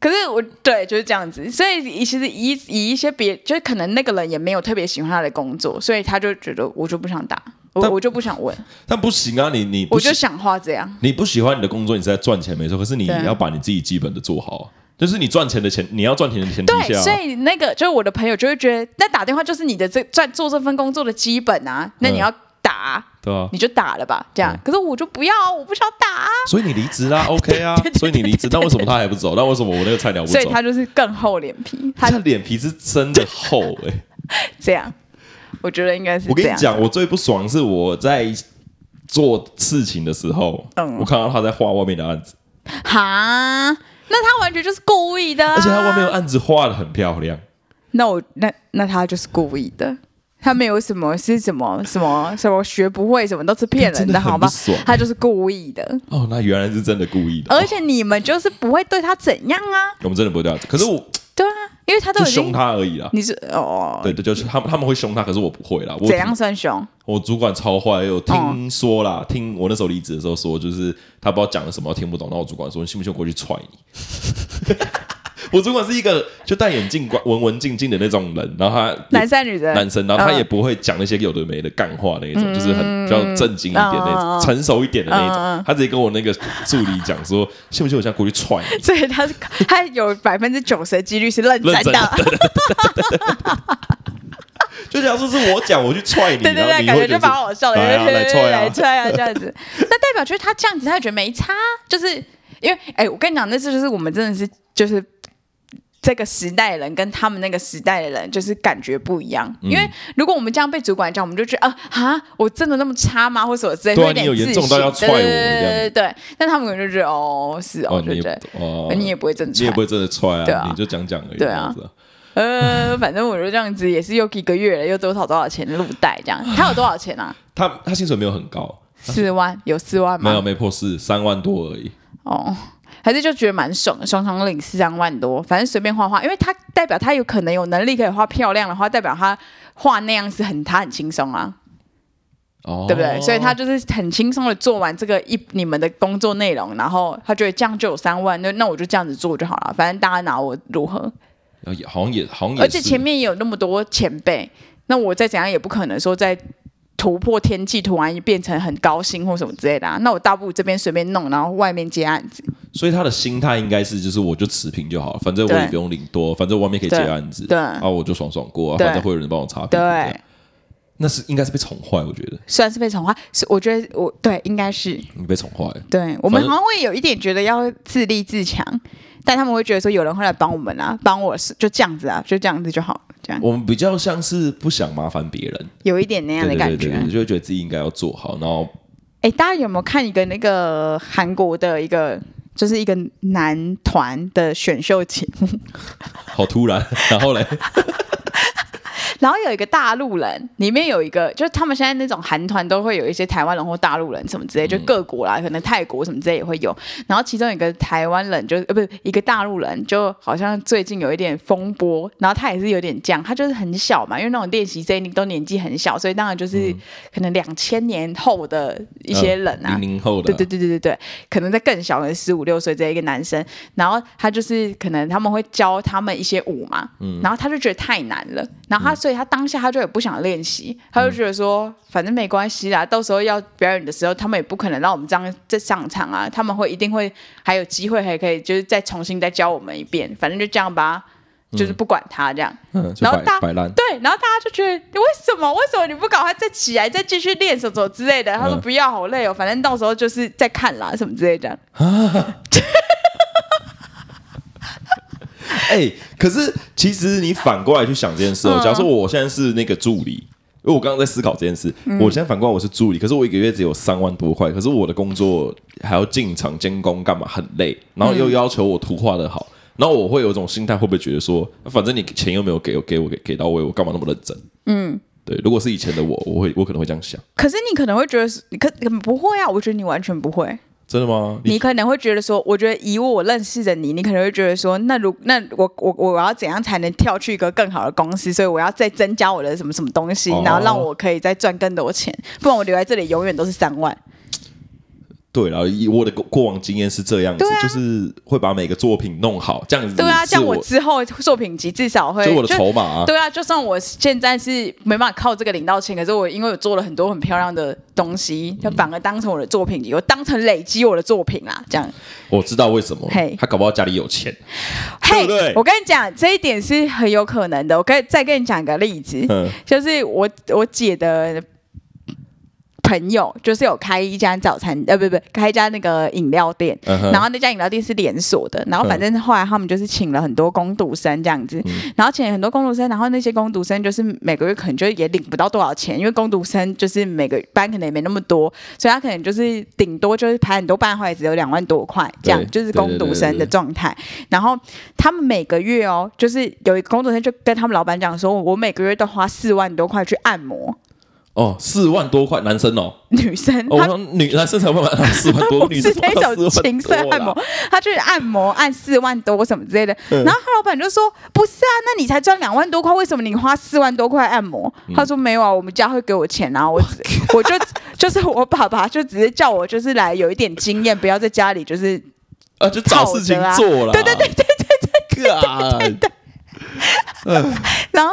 Speaker 2: 可是我对就是这样子，所以其实以以一些别，就是可能那个人也没有特别喜欢他的工作，所以他就觉得我就不想打，我
Speaker 1: 但
Speaker 2: 我就不想问，
Speaker 1: 但不行啊，你你不
Speaker 2: 我就
Speaker 1: 喜
Speaker 2: 想画这样。
Speaker 1: 你不喜欢你的工作，你是在赚钱没错，可是你
Speaker 2: 对
Speaker 1: 要把你自己基本的做好啊，就是你赚钱的前，你要赚钱的前提
Speaker 2: 对，
Speaker 1: 下啊，
Speaker 2: 所以那个就是我的朋友就会觉得，那打电话就是你的这赚做这份工作的基本
Speaker 1: 嗯
Speaker 2: 啊，那你要打啊，
Speaker 1: 对啊，
Speaker 2: 你就打了吧，这样。
Speaker 1: 嗯
Speaker 2: 可是我就不要啊，我不想打啊，
Speaker 1: 所以你离职 啦，OK 啊，所以你离职，但为什么他还不走？那为什么我那个菜鸟不
Speaker 2: 所以
Speaker 1: 走？
Speaker 2: 他就是更厚脸皮，他
Speaker 1: 他脸皮是真的厚哎、
Speaker 2: 这样，我觉得应该是
Speaker 1: 我跟你
Speaker 2: 这样。
Speaker 1: 讲，我最不爽是我在做事情的时候，
Speaker 2: 嗯
Speaker 1: 我看到他在画外面的案子，
Speaker 2: 哈，那他完全就是故意的啊、
Speaker 1: 而且他外面的案子画的很漂亮。
Speaker 2: 那我那那他就是故意的，他没有什么是什么什么什么学不会什么都是骗人
Speaker 1: 真的很
Speaker 2: 好吗
Speaker 1: 不爽？
Speaker 2: 他就是故意的，
Speaker 1: 哦，那原来是真的故意的，
Speaker 2: 而且你们就是不会对他怎样啊，
Speaker 1: 我们真的不会这样子。可是我
Speaker 2: 对啊，因为他都
Speaker 1: 就
Speaker 2: 已
Speaker 1: 凶
Speaker 2: 经
Speaker 1: 他而已啦。
Speaker 2: 你是哦
Speaker 1: 对对，就是他们他们会凶他，可是我不会啦。我
Speaker 2: 怎样算凶？
Speaker 1: 我主管超坏，有听
Speaker 2: 哦
Speaker 1: 说啦，听我那时候离职的时候说，就是他不知道讲了什么，听不懂。然后我主管说：“你信不信我过去踹你？” 我主管是一个就戴眼镜、关文文静静的那种人，然后他也
Speaker 2: 男生女生
Speaker 1: 男生，然后他
Speaker 2: 嗯
Speaker 1: 也不会讲那些有的没的干话那一种，就是很比较正经一点那种、
Speaker 2: 嗯嗯嗯
Speaker 1: 成熟一点的那一种。
Speaker 2: 嗯嗯嗯
Speaker 1: 他直接跟我那个助理讲说：“信不信我现在过去踹你
Speaker 2: 所以他是他有百分之九十的几率是认？”
Speaker 1: 认
Speaker 2: 真
Speaker 1: 真
Speaker 2: 的，
Speaker 1: 的，就假如说是我讲，我去踹你，
Speaker 2: 对对
Speaker 1: 然后
Speaker 2: 对，
Speaker 1: 你
Speaker 2: 感
Speaker 1: 会
Speaker 2: 觉
Speaker 1: 觉
Speaker 2: 就
Speaker 1: 得
Speaker 2: 把我笑的
Speaker 1: 来啊来踹啊
Speaker 2: 来，踹啊这样子。 那代表就是他这样子，他就觉得没差，就是因为哎、我跟你讲，那次就是我们真的是就是。这个时代的人跟他们那个时代的人就是感觉不一样，
Speaker 1: 嗯
Speaker 2: 因为如果我们这样被主管讲，我们就觉得啊哈，我真的那么差吗？或者什么之类，
Speaker 1: 对啊
Speaker 2: 会有点
Speaker 1: 你有严
Speaker 2: 自
Speaker 1: 重到要
Speaker 2: 信
Speaker 1: 踹我
Speaker 2: 对
Speaker 1: 这样
Speaker 2: 对对对对。但他们可能就觉得哦，是哦，
Speaker 1: 哦，
Speaker 2: 对
Speaker 1: 你
Speaker 2: 不
Speaker 1: 也
Speaker 2: 对？
Speaker 1: 哦，
Speaker 2: 你也不会真的
Speaker 1: 你也
Speaker 2: 踹
Speaker 1: 不，会真的踹
Speaker 2: 对
Speaker 1: 啊
Speaker 2: 啊，
Speaker 1: 你就讲讲而已。
Speaker 2: 对
Speaker 1: 这样
Speaker 2: 啊
Speaker 1: 子啊，
Speaker 2: 呃，反正我就这样子，也是又一个月了，又多少多少钱的路贷这样。他有多少钱啊？
Speaker 1: 他他薪水没有很高，
Speaker 2: 四万，有四万吗？
Speaker 1: 没有没破四，三万多而已。
Speaker 2: 哦，还是就觉得蛮爽的，双双领四三万多，反正随便画画，因为他代表他有可能有能力可以画漂亮的话，代表他画那样是很他很轻松啊，
Speaker 1: 哦，
Speaker 2: 对不对？所以他就是很轻松的做完这个一你们的工作内容，然后他觉得这样就有三万，那那我就这样子做就好了，反正大家拿我如何？
Speaker 1: 哦也好像也好像也是，
Speaker 2: 而且前面也有那么多前辈，那我再怎样也不可能说在。突破天际，突然变成很高薪或什么之类的、啊，那我大不如这边随便弄，然后外面接案子。
Speaker 1: 所以他的心态应该是就是我就持平就好了，反正我也
Speaker 2: 对
Speaker 1: 不用领多，反正我外面可以接案子，
Speaker 2: 对
Speaker 1: 啊我就爽爽过啊，
Speaker 2: 对
Speaker 1: 反正会有人帮我擦屁股这
Speaker 2: 对
Speaker 1: 样。那是应该是被宠坏，我觉得
Speaker 2: 虽然是被宠坏，是我觉得我对应该是
Speaker 1: 你被宠坏了。
Speaker 2: 对我们
Speaker 1: 反正
Speaker 2: 好像会有一点觉得要自立自强，但他们会觉得说有人会来帮我们啊，帮我是就这样子啊，就这样子就好，这样
Speaker 1: 我们比较像是不想麻烦别人，
Speaker 2: 有一点那样的
Speaker 1: 对
Speaker 2: 感
Speaker 1: 对对
Speaker 2: 觉
Speaker 1: 对，。对就会觉得自己应该要做好，然后
Speaker 2: 哎，大家有没有看一个那个韩国的一个？就是一个男团的选秀节目，
Speaker 1: 好突然， 然后嘞，
Speaker 2: 然后有一个大陆人，里面有一个就是他们现在那种韩团都会有一些台湾人或大陆人什么之类，就各国啦，可能泰国什么之类也会有。然后其中有一个台湾人就呃不是一个大陆人，就好像最近有一点风波，然后他也是有点犟，他就是很小嘛，因为那种练习生你都年纪很小，所以当然就是可能两千年后的一些人啊，
Speaker 1: 嗯零零后的
Speaker 2: 对对对对对对，可能在更小，可能十五六岁这一个男生，然后他就是可能他们会教他们一些舞嘛，然后他就觉得太难了，然后他、所以他当下他就也不想练习，他就觉得说、反正没关系啦，到时候要表演的时候，他们也不可能让我们这样再上场啊，他们会一定会还有机会，还可以就是再重新再教我们一遍，反正就这样吧，就是不管他这样，
Speaker 1: 嗯，就
Speaker 2: 然后
Speaker 1: 摆
Speaker 2: 大
Speaker 1: 摆烂，
Speaker 2: 对，然后大家就觉得你为什么？为什么你不赶快再起来，再继续练什么什么之类的？他说
Speaker 1: 嗯
Speaker 2: 不要，好累哦，反正到时候就是再看啦，什么之类的。
Speaker 1: 哎、可是其实你反过来去想这件
Speaker 2: 嗯
Speaker 1: 事哦。假如说我现在是那个助理，因为我刚刚在思考这件事，
Speaker 2: 嗯
Speaker 1: 我现在反过来我是助理，可是我一个月只有三万多块，可是我的工作还要进场监工干嘛，很累，然后又要求我图画的好。然后我会有一种心态，会不会觉得说，啊反正你钱又没有给我，给我给给到位，我干嘛那么认真？嗯，对。如果是以前的我，我会我可能会这样想，
Speaker 2: 可是你可能会觉得是，可不会啊？我觉得你完全不会。
Speaker 1: 真的吗？
Speaker 2: 你可能会觉得说，我觉得以我认识的你，你可能会觉得说，那如那我我我要怎样才能跳去一个更好的公司？所以我要再增加我的什么什么东西，
Speaker 1: 哦
Speaker 2: 然后让我可以再赚更多钱，不然我留在这里永远都是三万。
Speaker 1: 对了，以我的过过往经验是这样子，
Speaker 2: 对啊
Speaker 1: 就是会把每个作品弄好，这样子
Speaker 2: 对啊，
Speaker 1: 是
Speaker 2: 这样我
Speaker 1: 我
Speaker 2: 之后作品集至少会
Speaker 1: 就我的
Speaker 2: 就
Speaker 1: 筹码、啊。
Speaker 2: 对啊，就算我现在是没办法靠这个领到钱，可是我因为我做了很多很漂亮的东西，
Speaker 1: 嗯
Speaker 2: 它反而当成我的作品集，我当成累积我的作品啦，这样。
Speaker 1: 我知道为什么
Speaker 2: 嘿，
Speaker 1: 他搞不好家里有 钱。对
Speaker 2: 嘿
Speaker 1: 不对
Speaker 2: 我跟你讲，这一点是很有可能的。我跟再跟你讲个例子，
Speaker 1: 嗯，
Speaker 2: 就是我我姐的朋友，就是有开一家早餐，呃，不不，开一家那个饮料店，
Speaker 1: 嗯哼
Speaker 2: 然后那家饮料店是连锁的，然后反正后来他们就是请了很多工读生这样子，
Speaker 1: 嗯
Speaker 2: 然后请了很多工读生，然后那些工读生就是每个月可能就也领不到多少钱，因为工读生就是每个班可能也没那么多，所以他可能就是顶多就是排很多班的话也只有两万多块这样，
Speaker 1: 对
Speaker 2: 就是工读生
Speaker 1: 对对对
Speaker 2: 的
Speaker 1: 对
Speaker 2: 状态。然后他们每个月哦，就是有一个工读生就跟他们老板讲说，我每个月都花四万多块去按摩
Speaker 1: 哦，四万多块，男生哦，
Speaker 2: 女生，
Speaker 1: 哦，
Speaker 2: 他
Speaker 1: 我说女男生才会买四万 多，
Speaker 2: 不
Speaker 1: 女
Speaker 2: 是
Speaker 1: 生
Speaker 2: 那种情色按摩
Speaker 1: 摩。，
Speaker 2: 他去按摩按四万多什么之类的。
Speaker 1: 嗯
Speaker 2: 然后他老板就说：“不是啊，那你才赚两万多块，为什么你花四万多块按摩？”
Speaker 1: 嗯
Speaker 2: 他说：“没有啊，我们家会给我钱啊，我只 我就就是我爸爸就只是叫我就是来有一点经验，不要在家 里就是
Speaker 1: 啊，就找事情做了。
Speaker 2: 对对 对
Speaker 1: 对对对对
Speaker 2: 然后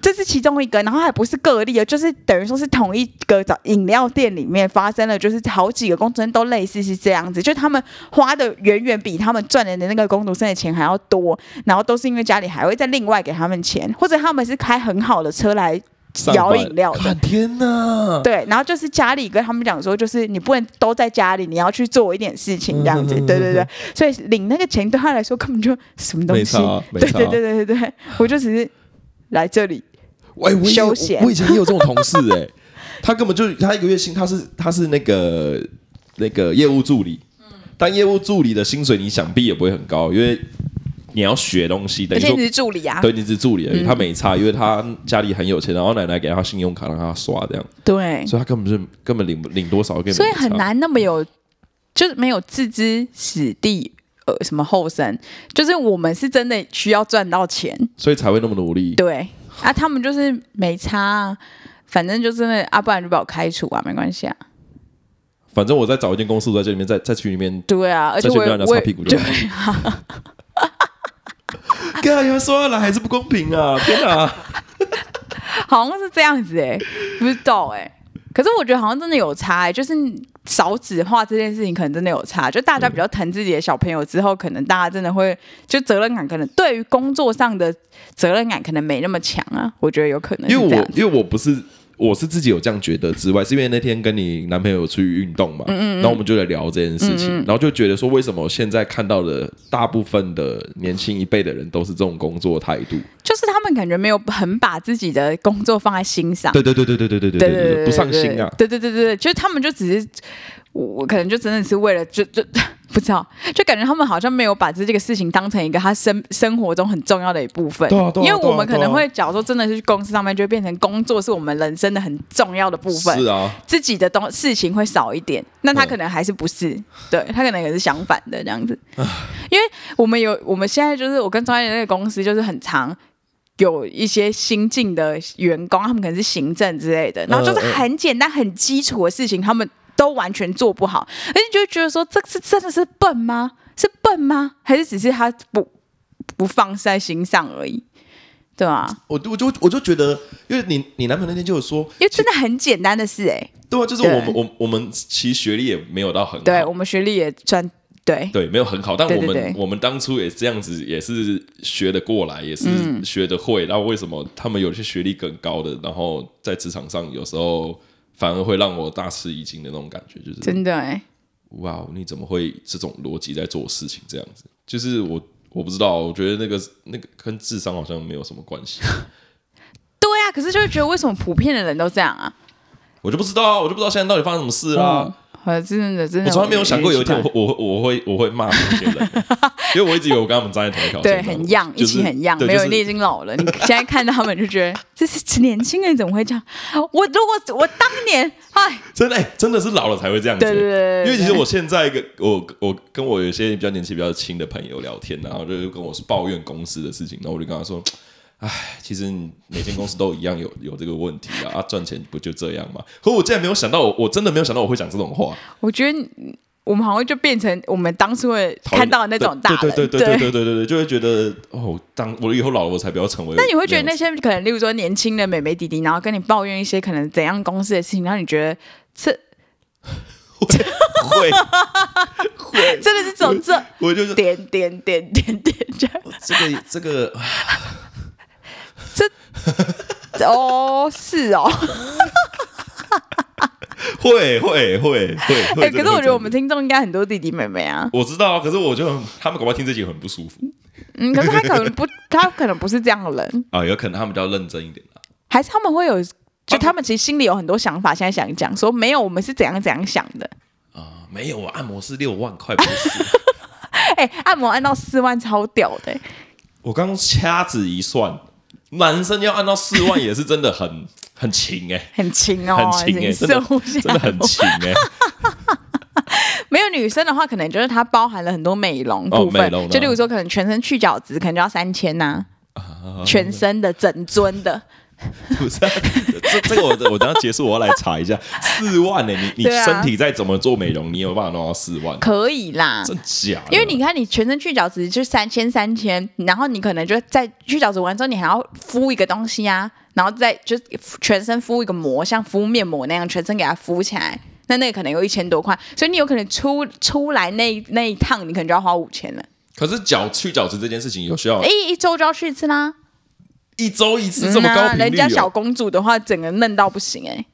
Speaker 2: 这是其中一个，然后还不是个例哦，就是等于说是同一个早饮料店里面发生了，就是好几个工读生都类似是这样子，就他们花的远远比他们赚的那个工读生的钱还要多，然后都是因为家里还会再另外给他们钱，或者他们是开很好的车来
Speaker 1: 哦
Speaker 2: 摇饮料的
Speaker 1: 看。天哪！
Speaker 2: 对，然后就是家里跟他们讲说，就是你不能都在家里，你要去做一点事情这样子。
Speaker 1: 嗯
Speaker 2: 对对对，所以领那个钱对他来说根本就什么东西。
Speaker 1: 没差啊没
Speaker 2: 对
Speaker 1: 差
Speaker 2: 对对对对对，我就只是来这里
Speaker 1: 哎，我也有
Speaker 2: 休闲
Speaker 1: 我以前也有这种同事哎， 他根本就他一个月薪，他是他是那个那个业务助理，
Speaker 2: 嗯
Speaker 1: 但业务助理的薪水你想必也不会很高，因为你要学东西，等
Speaker 2: 而
Speaker 1: 于
Speaker 2: 且
Speaker 1: 说
Speaker 2: 你是助理啊，
Speaker 1: 对，你只是助理而已，他没差，因为他家里很有钱，然后奶奶给他信用卡让他刷这样，
Speaker 2: 对
Speaker 1: 所以他根本就根本领不领多少根本没差，
Speaker 2: 嗯所以很难
Speaker 1: 嗯
Speaker 2: 那么有，就是没有置之死地呃什么后生，就是我们是真的需要赚到钱，
Speaker 1: 所以才会那么努力。
Speaker 2: 对啊，他们就是没差啊，反正就真的啊，不然就把我开除啊，没关系啊，
Speaker 1: 反正我再找一间公司，我在这里面再再去里面，
Speaker 2: 对啊，而且
Speaker 1: 再去
Speaker 2: 我
Speaker 1: 跟
Speaker 2: 也
Speaker 1: 人家
Speaker 2: 我
Speaker 1: 擦
Speaker 2: 也
Speaker 1: 屁股就
Speaker 2: 对啊
Speaker 1: 好。哥，你们说要来还是不公平啊！天 哪，
Speaker 2: 好像是这样子哎、 不知道哎、可是我觉得好像真的有差哎、就是少子化这件事情可能真的有差，就大家比较疼自己的小朋友之后，可能大家真的会就责任感，可能对于工作上的责任感可能没那么强啊，我觉得有可能
Speaker 1: 因为
Speaker 2: 是这样
Speaker 1: 我因为我不是我是自己有这样觉得之外，是因为那天跟你男朋友出去运动嘛，
Speaker 2: 嗯
Speaker 1: 然后我们就在聊这件事情，然后就觉得说，为什么现在看到的大部分的年轻一辈的人都是这种工作态度？
Speaker 2: 就是他们感觉没有很把自己的工作放在心上，
Speaker 1: 对对对对对对对对
Speaker 2: 对
Speaker 1: 对
Speaker 2: 对对，
Speaker 1: 不上心啊！
Speaker 2: 对对对对对，就是他们就只是我我可能就真的是为了就就不知道，就感觉他们好像没有把这这个事情当成一个他生生活中很重要的一部分。
Speaker 1: 对啊对啊
Speaker 2: 因为我们
Speaker 1: 对啊
Speaker 2: 可
Speaker 1: 对啊
Speaker 2: 能会假如说真的是去公司上面，就会变成工作是我们人生的很重要的部分。
Speaker 1: 是啊，
Speaker 2: 自己的东事情会少一点，那他
Speaker 1: 嗯
Speaker 2: 可能还是不是，对他可能也是相反的这样子。因为我们有我们现在就是我跟专业那个公司就是很常有一些新进的员工，他们可能是行政之类的，然后就是
Speaker 1: 嗯嗯
Speaker 2: 很简单很基础的事情，他们都完全做不好，而且你就会觉得说这是真的是笨吗？是笨吗？还是只是他不不放在心上而已？对啊，
Speaker 1: 我我就我就觉得，因为你你男朋友那天就有说，
Speaker 2: 因为真的很简单的事哎、
Speaker 1: 对啊，就是我们我我们其实学历也没有到很好，
Speaker 2: 对我们学历也算对，
Speaker 1: 对，没有很好，但
Speaker 2: 对
Speaker 1: 我
Speaker 2: 对
Speaker 1: 们
Speaker 2: 对
Speaker 1: 我们当初也是这样子，也是学得过来，也是学得会。然后为什么他们有些学历更高的，然后在职场上有时候反而会让我大吃一惊的那种感觉，就是
Speaker 2: 真的哎、
Speaker 1: 哇，你怎么会这种逻辑在做事情？这样子，就是我我不知道，我觉得那个那个跟智商好像没有什么关系，
Speaker 2: 对啊，可是就会觉得为什么普遍的人都这样啊？
Speaker 1: 我就不知道啊，我就不知道现在到底发生什么事啦、
Speaker 2: 嗯，好，真的真的，
Speaker 1: 我从来没有想过有一天
Speaker 2: 我
Speaker 1: 我我我会我会骂某些 人，因为我一直以为我跟他们站在同一条
Speaker 2: 对
Speaker 1: 线上，
Speaker 2: 很样，一
Speaker 1: 就是
Speaker 2: 起很样，
Speaker 1: 对
Speaker 2: 没有
Speaker 1: 就是
Speaker 2: 你已经老了，你现在看到他们就觉得 这是年轻人怎么会这样？我如果我当年，哎，
Speaker 1: 真的、欸真的是老了才会这样子、欸。
Speaker 2: 对对对对对
Speaker 1: 因为其实我现在一个我我跟我有一些比较年纪比较轻的朋友聊天，然后就是跟我抱怨公司的事情，然后我就跟他说。唉，其实你每间公司都一样有有这个问题啊，啊，赚钱不就这样吗？可我竟然没有想到我，我真的没有想到我会讲这种话，
Speaker 2: 我觉得你我们好像就变成我们当初会
Speaker 1: 讨厌
Speaker 2: 看到的那种大人，
Speaker 1: 对对对对对对对对对，就会觉得哦，当我以后老了，我才不要成为样子。
Speaker 2: 那你会觉得那些可能，例如说年轻的美眉弟弟，然后跟你抱怨一些可能怎样公司的事情，然后你觉得这
Speaker 1: 会会，
Speaker 2: 哎真的是走这
Speaker 1: 我就是
Speaker 2: 点点点点点这样。
Speaker 1: 这个这个
Speaker 2: 哦，是哦，
Speaker 1: 会会会会
Speaker 2: 哎、
Speaker 1: 会。
Speaker 2: 可
Speaker 1: 真
Speaker 2: 是
Speaker 1: 的
Speaker 2: 我
Speaker 1: 会这
Speaker 2: 觉得
Speaker 1: 样
Speaker 2: 我们听众应该很多弟弟妹妹啊，
Speaker 1: 我知道啊，可是我就很他们搞不好听这集很不舒服
Speaker 2: 嗯，可是他可能 不，他可能不是这样的人，
Speaker 1: 啊，有可能他们比较认真一点啊。
Speaker 2: 还是他们会有，就他们其实心里有很多想法，现在想讲说没有，我们是怎样怎样想的。
Speaker 1: 啊，没有啊，按摩是六万块不是？
Speaker 2: 哎、按摩按到四万超屌的、
Speaker 1: 我刚刚掐指一算，男生要按到四万也是真的很很勤哎、
Speaker 2: 很轻哦，
Speaker 1: 很勤哎、真
Speaker 2: 射护
Speaker 1: 的真的很勤哎、
Speaker 2: 没有女生的话，可能就是它包含了很多美容
Speaker 1: 哦
Speaker 2: 部分，
Speaker 1: 美容的
Speaker 2: 就例如说可能全身去角质，可能就要三千呐、
Speaker 1: 啊哦
Speaker 2: 全身的整尊的，
Speaker 1: 不是啊、 这这个我我等一下结束我要来查一下，四万哎、你你
Speaker 2: 对啊
Speaker 1: 身体再怎么做美容，你有办法弄到四万？
Speaker 2: 可以啦。
Speaker 1: 真假的？
Speaker 2: 因为你看，你全身去角质就三千三千，然后你可能就在去角质完之后，你还要敷一个东西啊，然后再就全身敷一个膜，像敷面膜那样，全身给它敷起来，那那个可能有一千多块，所以你有可能出出来那一那一趟，你可能就要花五千了，
Speaker 1: 可是脚去角质这件事情有需要
Speaker 2: 一一周就要去一次啦。
Speaker 1: 一周一哦次这么高
Speaker 2: 嗯啊
Speaker 1: 频率、哦
Speaker 2: 人家小公主的话，整个嫩到不行哎、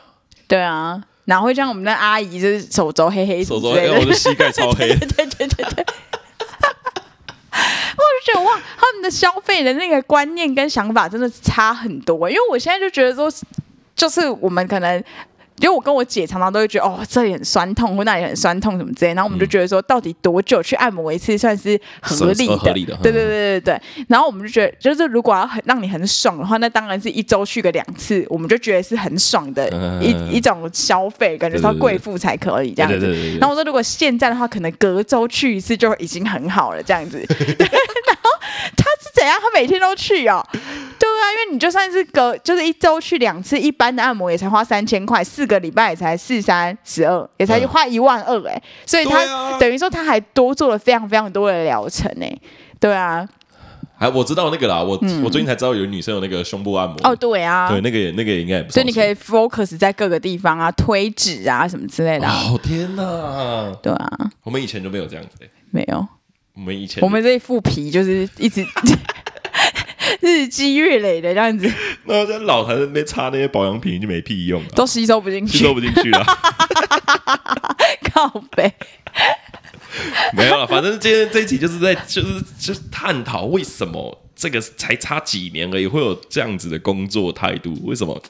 Speaker 2: 对啊，哪会像我们的阿姨，就是手肘黑黑什
Speaker 1: 手
Speaker 2: 么
Speaker 1: 肘哎
Speaker 2: 之类
Speaker 1: 黑，我
Speaker 2: 的？
Speaker 1: 的膝盖超黑的。
Speaker 2: 对对对对对。我就觉得哇，他们的消费的那个观念跟想法真的差很多，因为我现在就觉得说，就是我们可能。因为我跟我姐常常都会觉得哦，这里很酸痛，或那里很酸痛什么之类，然后我们就觉得说，到底多久去按摩一次算是 合理的？
Speaker 1: 嗯是合理的嗯
Speaker 2: 对对对对对。然后我们就觉得，就是如果要很让你很爽的话，那当然是一周去个两次，我们就觉得是很爽的
Speaker 1: 嗯
Speaker 2: 一、一种消费，感觉是要
Speaker 1: 对对对
Speaker 2: 贵妇才可以这样子。
Speaker 1: 对对对对对
Speaker 2: 然后我说，如果现在的话，可能隔周去一次就已经很好了，这样子。 对，然后他是怎样？他每天都去哦。对啊，因为你就算是隔，就是一周去两次，一般的按摩也才花三千块，四个礼拜也才四三十二，也才
Speaker 1: 嗯
Speaker 2: 花一万二哎、所以他、
Speaker 1: 对啊
Speaker 2: 等于说他还多做了非常非常多的疗程哎、对啊，
Speaker 1: 还我知道那个啦，我、我最近才知道有女生有那个胸部按摩，
Speaker 2: 嗯哦对啊，
Speaker 1: 对，那个也那个也应该也不少
Speaker 2: 所以你可
Speaker 1: 钱。
Speaker 2: 以 focus 在各个地方啊，推脂啊什么之类的、啊，
Speaker 1: 哦天哪，
Speaker 2: 对啊，
Speaker 1: 我们以前就没有这样子、欸，
Speaker 2: 没有，
Speaker 1: 我们以前
Speaker 2: 我们这一副皮就是一直。 日积月累的这样子，
Speaker 1: 那我现在老还在那边擦那些保养品就没屁用了，
Speaker 2: 都吸收不进
Speaker 1: 吸收
Speaker 2: 去，
Speaker 1: 不进去了。
Speaker 2: 靠背。
Speaker 1: 没有了，反正今天这一集就是在就是就是探讨为什么这个才差几年而已会有这样子的工作态度，为什么？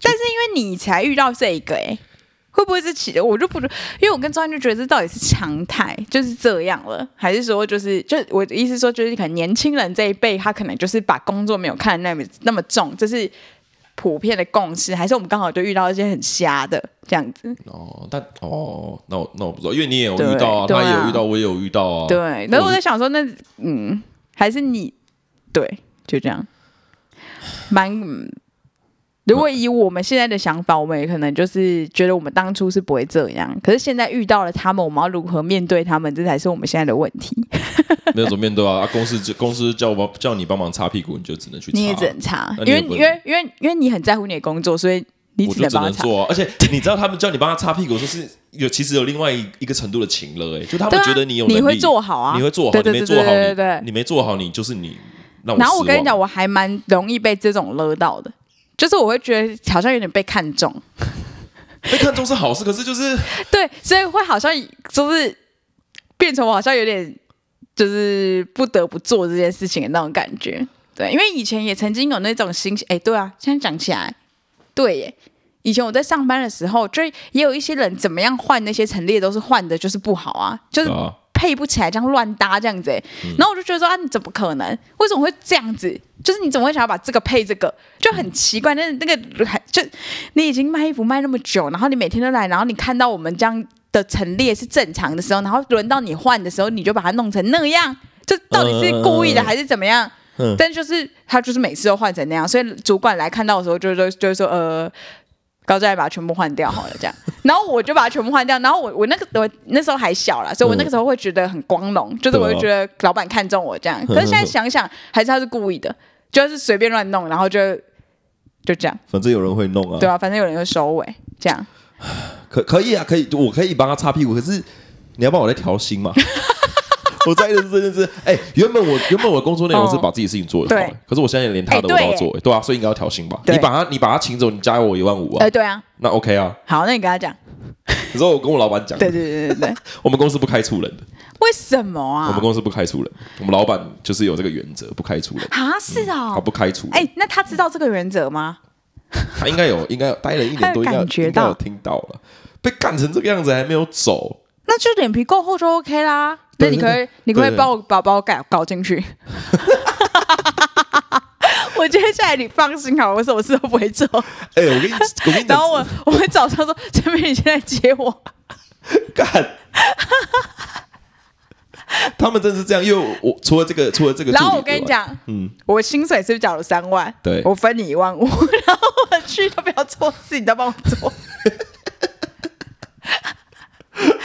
Speaker 2: 但是因为你才遇到这一个、欸，会不会是起？我就不，因为我跟周安就觉得这到底是常态，就是这样了，还是说就是就我的意思说，就是可能年轻人这一辈，他可能就是把工作没有看得那么那么重，这是普遍的共识，还是我们刚好就遇到一些很瞎的这样子？
Speaker 1: 哦，但哦，那我那我不知道，因为你也有
Speaker 2: 对
Speaker 1: 遇到啊，
Speaker 2: 对
Speaker 1: 他
Speaker 2: 啊
Speaker 1: 也有遇到，我也有遇到啊。
Speaker 2: 对，然后我
Speaker 1: 我
Speaker 2: 在想说那，嗯，还是你对，就这样，蛮。嗯如果以我们现在的想法，我们也可能就是觉得我们当初是不会这样，可是现在遇到了他们，我们要如何面对他们，这才是我们现在的问题。
Speaker 1: 没有怎么面对啊，啊公司就公司叫我帮叫你帮忙擦屁股，你就只能去擦，
Speaker 2: 你也只能查，
Speaker 1: 那你也
Speaker 2: 因为
Speaker 1: 不能
Speaker 2: 你因为因为因为你很在乎你的工作，所以你
Speaker 1: 我
Speaker 2: 只
Speaker 1: 就
Speaker 2: 能
Speaker 1: 只
Speaker 2: 帮
Speaker 1: 能
Speaker 2: 他查。
Speaker 1: 做啊。而且你知道他们叫你帮他擦屁股，就是有其实有另外一一个程度的情了，哎，就他
Speaker 2: 对
Speaker 1: 们
Speaker 2: 啊
Speaker 1: 觉得你有能力，
Speaker 2: 你会做好啊，
Speaker 1: 你会做好，
Speaker 2: 对
Speaker 1: 你
Speaker 2: 对
Speaker 1: 没
Speaker 2: 对
Speaker 1: 做好，
Speaker 2: 对对对
Speaker 1: 你
Speaker 2: 对
Speaker 1: 你没做好，你就是你让我
Speaker 2: 然后我
Speaker 1: 失
Speaker 2: 跟你
Speaker 1: 望
Speaker 2: 讲，我还蛮容易被这种勒到的，就是我会觉得好像有点被看中，
Speaker 1: 被看中是好事，可是就是
Speaker 2: 对，所以会好像就是变成我好像有点就是不得不做这件事情的那种感觉。对，因为以前也曾经有那种心情，哎，对啊，现在讲起来，对耶。以前我在上班的时候，就也有一些人怎么样换那些陈列都是换的，就是不好啊，就是
Speaker 1: 啊，
Speaker 2: 配不起来，这样乱搭这样子欸、
Speaker 1: 嗯
Speaker 2: 然后我就觉得说啊，你怎么可能？为什么会这样子？就是你怎么会想要把这个配这个，就很奇怪。但是那个还就你已经卖衣服卖那么久，然后你每天都来，然后你看到我们这样的陈列是正常的时候，然后轮到你换的时候，你就把它弄成那样，这到底是故意的
Speaker 1: 嗯
Speaker 2: 还是怎么样？
Speaker 1: 嗯
Speaker 2: 但就是他就是每次都换成那样，所以主管来看到的时候就就就会说呃。高再把它全部换掉好了，这样。 然后我就把它全部换掉。然后我我那个我那时候还小
Speaker 1: 嗯
Speaker 2: 啦，所以我那个时候会觉得很光荣，就是我就觉得老板看中我
Speaker 1: 嗯
Speaker 2: 这样。可是现在想想，还是他是故意的，就是随便乱弄，然后就就这样，
Speaker 1: 反正有人会弄啊
Speaker 2: 对，啊，反正有人会收尾，这样
Speaker 1: 可可以啊，可以，我可以帮他擦屁股，可是你要帮我再调薪嘛？ 我在意的是这件事。哎、原本我原本我的工作内容是把自己事情做得好、
Speaker 2: 哦对
Speaker 1: 可是我现在连他的
Speaker 2: 哎
Speaker 1: 我都要
Speaker 2: 对
Speaker 1: 做、哎对啊，所以应该要调薪吧？
Speaker 2: 对
Speaker 1: 你把他你把他请走，你加我一万五啊、
Speaker 2: 呃，对啊。
Speaker 1: 那 OK 啊。
Speaker 2: 好，那你跟他讲，
Speaker 1: 可是我跟我老板讲，
Speaker 2: 对对对对 对，
Speaker 1: 我们公司不开除人的，
Speaker 2: 为什么
Speaker 1: 我们
Speaker 2: 啊？
Speaker 1: 公司不开除人，我们老板就是有这个原则，不开除人，
Speaker 2: 啊，是
Speaker 1: 他
Speaker 2: 哦。
Speaker 1: 不开除人。
Speaker 2: 哎、那他知道这个原则吗？
Speaker 1: 他应该有，应该有待了一年多，应该
Speaker 2: 他有感觉
Speaker 1: 应该有
Speaker 2: 到
Speaker 1: 听到了，被干成这个样子还没有走，
Speaker 2: 那就脸皮够厚就 OK 啦。那
Speaker 1: 对
Speaker 2: 你可以
Speaker 1: 对，
Speaker 2: 你可不可
Speaker 1: 对
Speaker 2: 以帮我把包搞搞进去。 我接下来你放心好了，我什么事都不会做。
Speaker 1: 哎、我跟你，我跟你
Speaker 2: 然
Speaker 1: 讲，
Speaker 2: 后我我们早上说，这边你现在接我，
Speaker 1: 干。 他们真是这样，因为我除了这个，除了这个，
Speaker 2: 然后我跟你，讲，
Speaker 1: 嗯，
Speaker 2: 我薪水是不是缴了三万？
Speaker 1: 对
Speaker 2: 我分你一万五， 然后我去都不要做事，你都帮我 做。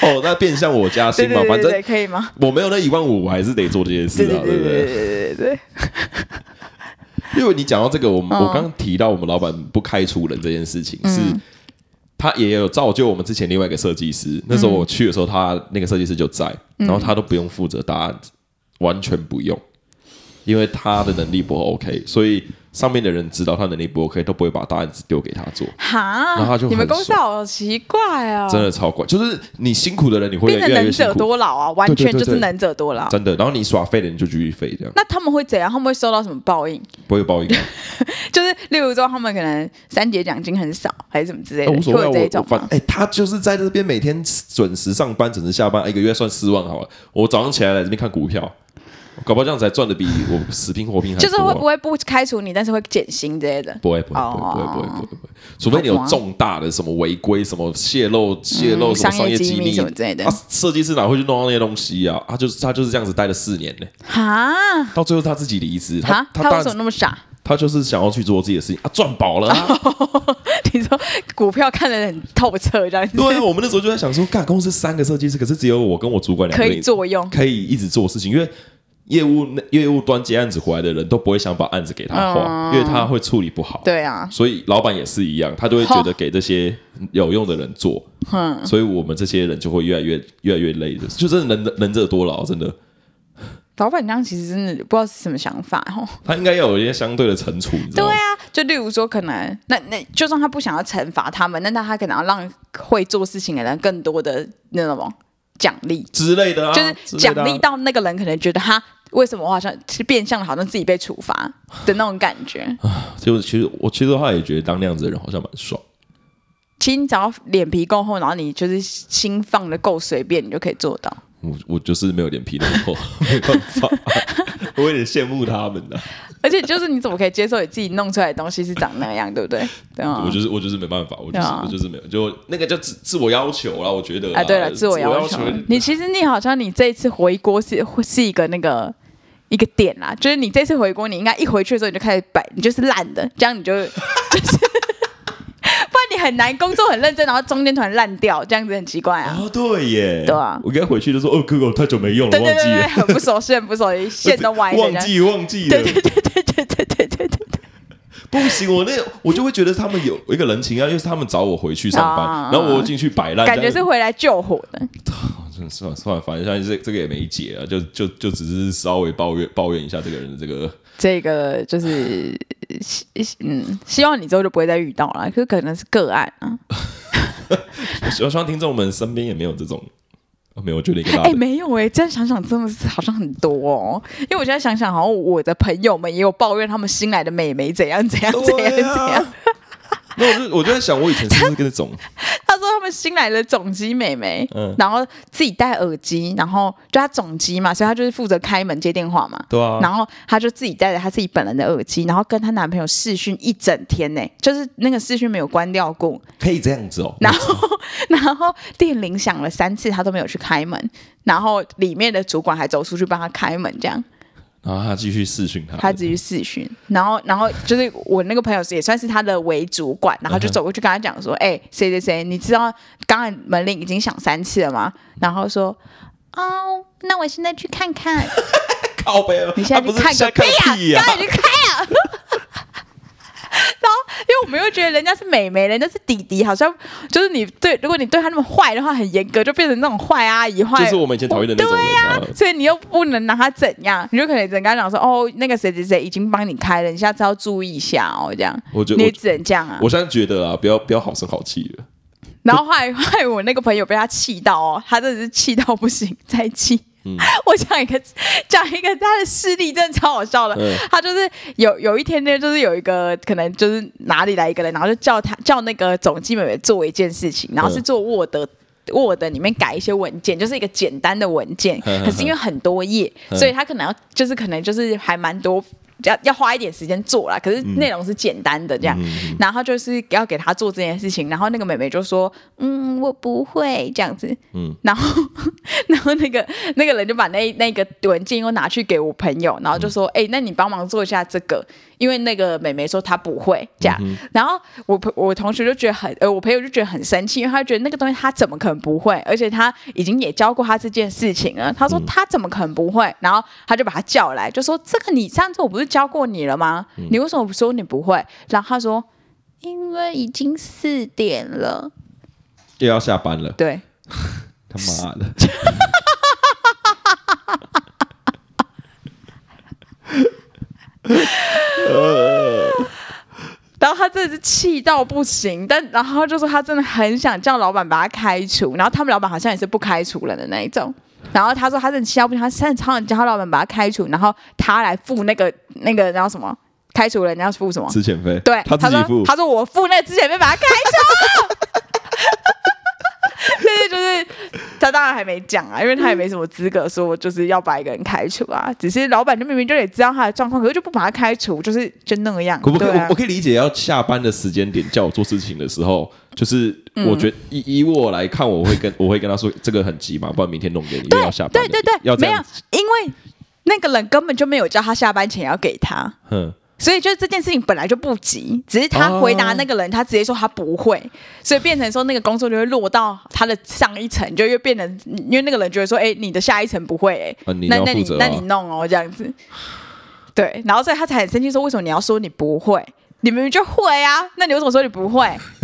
Speaker 1: 哦，那变相我 加薪
Speaker 2: 对对
Speaker 1: 嘛，
Speaker 2: 对
Speaker 1: 反
Speaker 2: 对
Speaker 1: 正
Speaker 2: 对，可以吗？
Speaker 1: 我没有那一万五，我还是得做这件事
Speaker 2: 对
Speaker 1: 啊，
Speaker 2: 对
Speaker 1: 对
Speaker 2: 对
Speaker 1: 不
Speaker 2: 对
Speaker 1: 对？
Speaker 2: 对对对，
Speaker 1: 因为你讲到这个，我们
Speaker 2: 嗯
Speaker 1: 我刚刚提到我们老板不开除人这件事情，是他也有造就我们之前另外一个设计师。
Speaker 2: 嗯
Speaker 1: 那时候我去的时候，他那个设计师就在，然后他都不用负责答案，完全不用，因为他的能力不 OK，所以上面的人知道他能力不 OK，都不会把答案丢给他做。然后他
Speaker 2: 哈
Speaker 1: 就，
Speaker 2: 你们
Speaker 1: 很
Speaker 2: 公司
Speaker 1: 爽
Speaker 2: 好奇怪哦，
Speaker 1: 真的超怪，就是你辛苦的人，你会
Speaker 2: 变
Speaker 1: 越来
Speaker 2: 得能
Speaker 1: 越辛
Speaker 2: 者
Speaker 1: 苦，
Speaker 2: 多劳啊，完
Speaker 1: 对对
Speaker 2: 全
Speaker 1: 对
Speaker 2: 就是
Speaker 1: 对
Speaker 2: 能者多劳。
Speaker 1: 真的。然后你耍废了，你就继续废，这样
Speaker 2: 那他们会怎样？他们会收到什么报应？
Speaker 1: 不会有报应。
Speaker 2: 就是例如说，他们可能三节奖金很少，还是什么之类
Speaker 1: 欸
Speaker 2: 的，
Speaker 1: 无所谓啊，
Speaker 2: 会有
Speaker 1: 我
Speaker 2: 这
Speaker 1: 我
Speaker 2: 种
Speaker 1: 反
Speaker 2: 吗？
Speaker 1: 哎、他就是在这边每天准时上班，准时下班，一个月算四万好了。我早上起来来这边看股票，搞不好这样才赚的比我死拼活拼还
Speaker 2: 就
Speaker 1: 多、
Speaker 2: 是会不会不开除你，但是会减薪之类的？
Speaker 1: 不会不会不会不会不会不会不会，除非你有重大的什么违规、什么泄露、泄露
Speaker 2: 嗯
Speaker 1: 什么商
Speaker 2: 商业
Speaker 1: 机
Speaker 2: 机密
Speaker 1: 密
Speaker 2: 什么之类的
Speaker 1: 啊，设计师哪会去弄到那些东西啊？他就是他就是这样子待了四年呢、
Speaker 2: 哈
Speaker 1: 到最后他自己离职，他
Speaker 2: 哈，他
Speaker 1: 当
Speaker 2: 为什么
Speaker 1: 然
Speaker 2: 那么傻？
Speaker 1: 他就是想要去做自己的事情啊，赚饱了啊。
Speaker 2: 你说股票看得很透彻，这样子
Speaker 1: 对啊，我们那时候就在想说，干公司三个设计师，可是只有我跟我主管两个
Speaker 2: 可
Speaker 1: 人
Speaker 2: 以作用。
Speaker 1: 可以一直做事情，因为业务那业务端接案子回来的人都不会想把案子给他画，因为他会处理不好。，
Speaker 2: 啊对啊，
Speaker 1: 所以老板也是一样，他都会觉得给这些有用的人 做，所以我们这些人就会越来越越来越累的，就真的能能者多劳，真的。
Speaker 2: 老板娘其实真的不知道是什么想法哦。
Speaker 1: 他应该要有一些相对的惩处，你知
Speaker 2: 对
Speaker 1: 道吗？
Speaker 2: 啊，就例如说，可能那那就算他不想要惩罚他们，那那他可能要让会做事情的人更多的那种奖励，
Speaker 1: 之类的啊，
Speaker 2: 就是
Speaker 1: 之类
Speaker 2: 奖
Speaker 1: 的啊
Speaker 2: 励到那个人可能觉得他为什么我好像是变相的，好像自己被处罚的那种感 觉。
Speaker 1: 就其实我其实他也觉得当那样子的人好像蛮爽，
Speaker 2: 其实你只要脸皮够厚，然后你就是心放的够随便，你就可以做到。
Speaker 1: 我我就是没有脸皮那么厚， 没办法，我有点羡慕他们的、
Speaker 2: 而且就是你怎么可以接受你自己弄出来的东西是长那样，对不对？对啊
Speaker 1: 我，就是我就是没办法，我就是、
Speaker 2: 对啊
Speaker 1: 我就是没有，就那个叫自自我要求啦，我觉得
Speaker 2: 啊，对了，
Speaker 1: 自
Speaker 2: 自我要
Speaker 1: 要
Speaker 2: 求。你其实你好像你这一次回国是是一个那个一个点啦，就是你这次回国，你应该一回去的时候你就开始摆，你就是烂的，这样你就 就是，不然你很难工作很认真，然后中间突然烂掉，这样子很奇怪啊。
Speaker 1: 啊，对耶，
Speaker 2: 对啊
Speaker 1: 我应该回去就说哦哥哥太久没用了，
Speaker 2: 对
Speaker 1: 忘
Speaker 2: 对
Speaker 1: 记
Speaker 2: 对对，
Speaker 1: 了，
Speaker 2: 很不熟悉，很不熟 悉，线都歪了。
Speaker 1: 忘记忘记了
Speaker 2: 这样。，对对对对对对对对对。
Speaker 1: 不行，我那我就会觉得他们有一个人情啊，因为是他们找我回去上班，
Speaker 2: 啊
Speaker 1: 然后我进去摆烂，
Speaker 2: 感觉
Speaker 1: 但
Speaker 2: 是回来救火的，
Speaker 1: 真的算了算了，反正现在这这个也没解啊，就就就只是稍微抱怨抱怨一下这个人的这个，
Speaker 2: 这个就是，希嗯，希望你之后就不会再遇到了，可是可能是个案啊。
Speaker 1: 我希望希望听众们身边也没有这种，哦没有，我觉得一个大
Speaker 2: 哎、
Speaker 1: 的，
Speaker 2: 没有哎、这样想想真的是好像很多哦。因为我现在想想，好像我的朋友们也有抱怨他们新来的美眉怎样怎样怎样
Speaker 1: 对
Speaker 2: 怎样。
Speaker 1: 啊，那我就我就在想，我以前是不是跟那 种，
Speaker 2: 他说他们新来的总机美眉，
Speaker 1: 嗯
Speaker 2: 然后自己戴耳机，然后就他总机嘛，所以他就是负责开门接电话嘛。
Speaker 1: 对啊，
Speaker 2: 然后她就自己戴着她自己本人的耳机，然后跟她男朋友视讯一整天呢、就是那个视讯没有关掉过，
Speaker 1: 可以这样子哦，
Speaker 2: 然后然后电铃响了三次，她都没有去开门，然后里面的主管还走出去帮她开门，这样。
Speaker 1: 然后他继续试训他，
Speaker 2: 他自己去试训，然后然后就是我那个朋友也算是他的为主管，然
Speaker 1: 嗯
Speaker 2: 后就走过去跟他讲说，哎、谁谁谁，你知道刚才门铃已经响三次了吗？然后说，哦，那我现在去看看，
Speaker 1: 靠背了，
Speaker 2: 你现在
Speaker 1: 啊他不
Speaker 2: 去
Speaker 1: 是
Speaker 2: 看
Speaker 1: 现在
Speaker 2: 个屁
Speaker 1: 呀
Speaker 2: 呀、，赶紧去看呀、 然后，因为我们又觉得人家是美眉，人家是弟弟，好像就是你对，如果你对他那么坏的话，很严格，就变成那种坏阿姨、坏
Speaker 1: 就是我们以前讨厌的那种人啊，
Speaker 2: 所以你又不能拿他怎样，你就可能只能跟他讲说，哦，那个谁谁谁已经帮你开了，你下次要注意一下哦，这样，
Speaker 1: 我觉
Speaker 2: 你
Speaker 1: 得
Speaker 2: 也
Speaker 1: 我
Speaker 2: 只能这样啊。
Speaker 1: 我现在觉得啊，不要不要好声好气了。
Speaker 2: 然后后来后来我那个朋友被他气到哦，他真的是气到不行，再气。
Speaker 1: 嗯
Speaker 2: 我讲一个讲一个他的事例，真的超好笑的。
Speaker 1: 嗯
Speaker 2: 他就是有有一天呢，就是有一个可能就是哪里来一个人，然后就叫他叫那个总机妹妹做一件事情，然后是
Speaker 1: 嗯
Speaker 2: 做 Word。Word 里面改一些文件，就是一个简单的文件，
Speaker 1: 嗯嗯
Speaker 2: 可是因为很多页，
Speaker 1: 嗯
Speaker 2: 所以他可能要就是可能就是还蛮多，要要花一点时间做啦。可是
Speaker 1: 嗯
Speaker 2: 内容是简单的这样，然后就是要给他做这件事情，然后那个妹妹就说：“嗯，我不会这样子。”
Speaker 1: 嗯
Speaker 2: 然后然后那个那个人就把那那个文件又拿去给我朋友，然后就说：“哎、那你帮忙做一下这个，因为那个妹妹说她不会这样。然后我朋我同学就觉得很呃，我朋友就觉得很生气，因为他觉得那个东西他怎么可能不会，而且他已经也教过他这件事情了，他说他怎么可能不会？然后他就把他叫来，就说：“这个你上次我不是教过你了吗？你为什么不说你不会？”然后他说。因为已经四点了，
Speaker 1: 又要下班了，
Speaker 2: 对，
Speaker 1: 他妈 的！
Speaker 2: 然后他真的是气到不行，但然后他就说他真的很想叫老板把他开除，然后他们老板好像也是不开除人的那一种。然后他说他真的气到不行，他真的超想叫他老板把他开除，然后他来付那个那个然后什么开除人，你要付什么？
Speaker 1: 之前费，
Speaker 2: 对，
Speaker 1: 他自己付
Speaker 2: 说，他说我付那个之前被把他开除。 对，就是他当然还没讲啊，因为他也没什么资格说就是要把一个人开除啊。只是老板就明明就得知道他的状况，可是就不把他开除，就是就那个样。
Speaker 1: 可不可以？
Speaker 2: 对啊
Speaker 1: 我我可以理解，要下班的时间点叫我做事情的时候，就是我觉得以以我来看，我会跟我会跟他说这个很急嘛，不然明天弄给你，因为要下班
Speaker 2: 对
Speaker 1: 了，
Speaker 2: 对对，
Speaker 1: 要这
Speaker 2: 没有
Speaker 1: 样，，
Speaker 2: 因为那个人根本就没有叫他下班前要给他，
Speaker 1: 哼，
Speaker 2: 所以就这件事情本来就不急，只是他
Speaker 1: 哦
Speaker 2: 回答那个人，他直接说他不会，所以变成说那个工作就会落到他的上一层，就又变成因为那个人觉得说，哎、你的下一层不会、哎、
Speaker 1: 啊你
Speaker 2: 那
Speaker 1: 要
Speaker 2: 那
Speaker 1: 负
Speaker 2: 你
Speaker 1: 责啊
Speaker 2: 那你弄哦这样子，对，然后所以他才很生气说，为什么你要说你不会？你明明就会啊，那你为什么说你不会？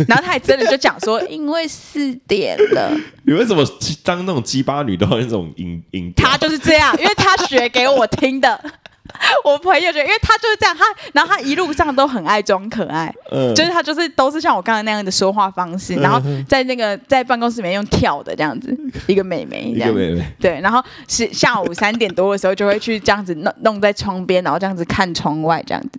Speaker 2: 然后他还真的就讲说，因为四点了，
Speaker 1: 你为什么当那种鸡巴女都要那种音音调？
Speaker 2: 他就是这样，因为他学给我 听的。我朋友觉得，因为他就是这样，他然后他一路上都很爱装可爱，
Speaker 1: 嗯
Speaker 2: 就是他就是都是像我刚才那样的说话方式，然后在那个在办公室里面用跳的这样 子，一个美眉
Speaker 1: 一
Speaker 2: 这样
Speaker 1: 个
Speaker 2: 子。
Speaker 1: 妹妹，
Speaker 2: 对，然后是下午三点多的时候就会去这样子弄弄在窗边，然后这样子看窗外，这样子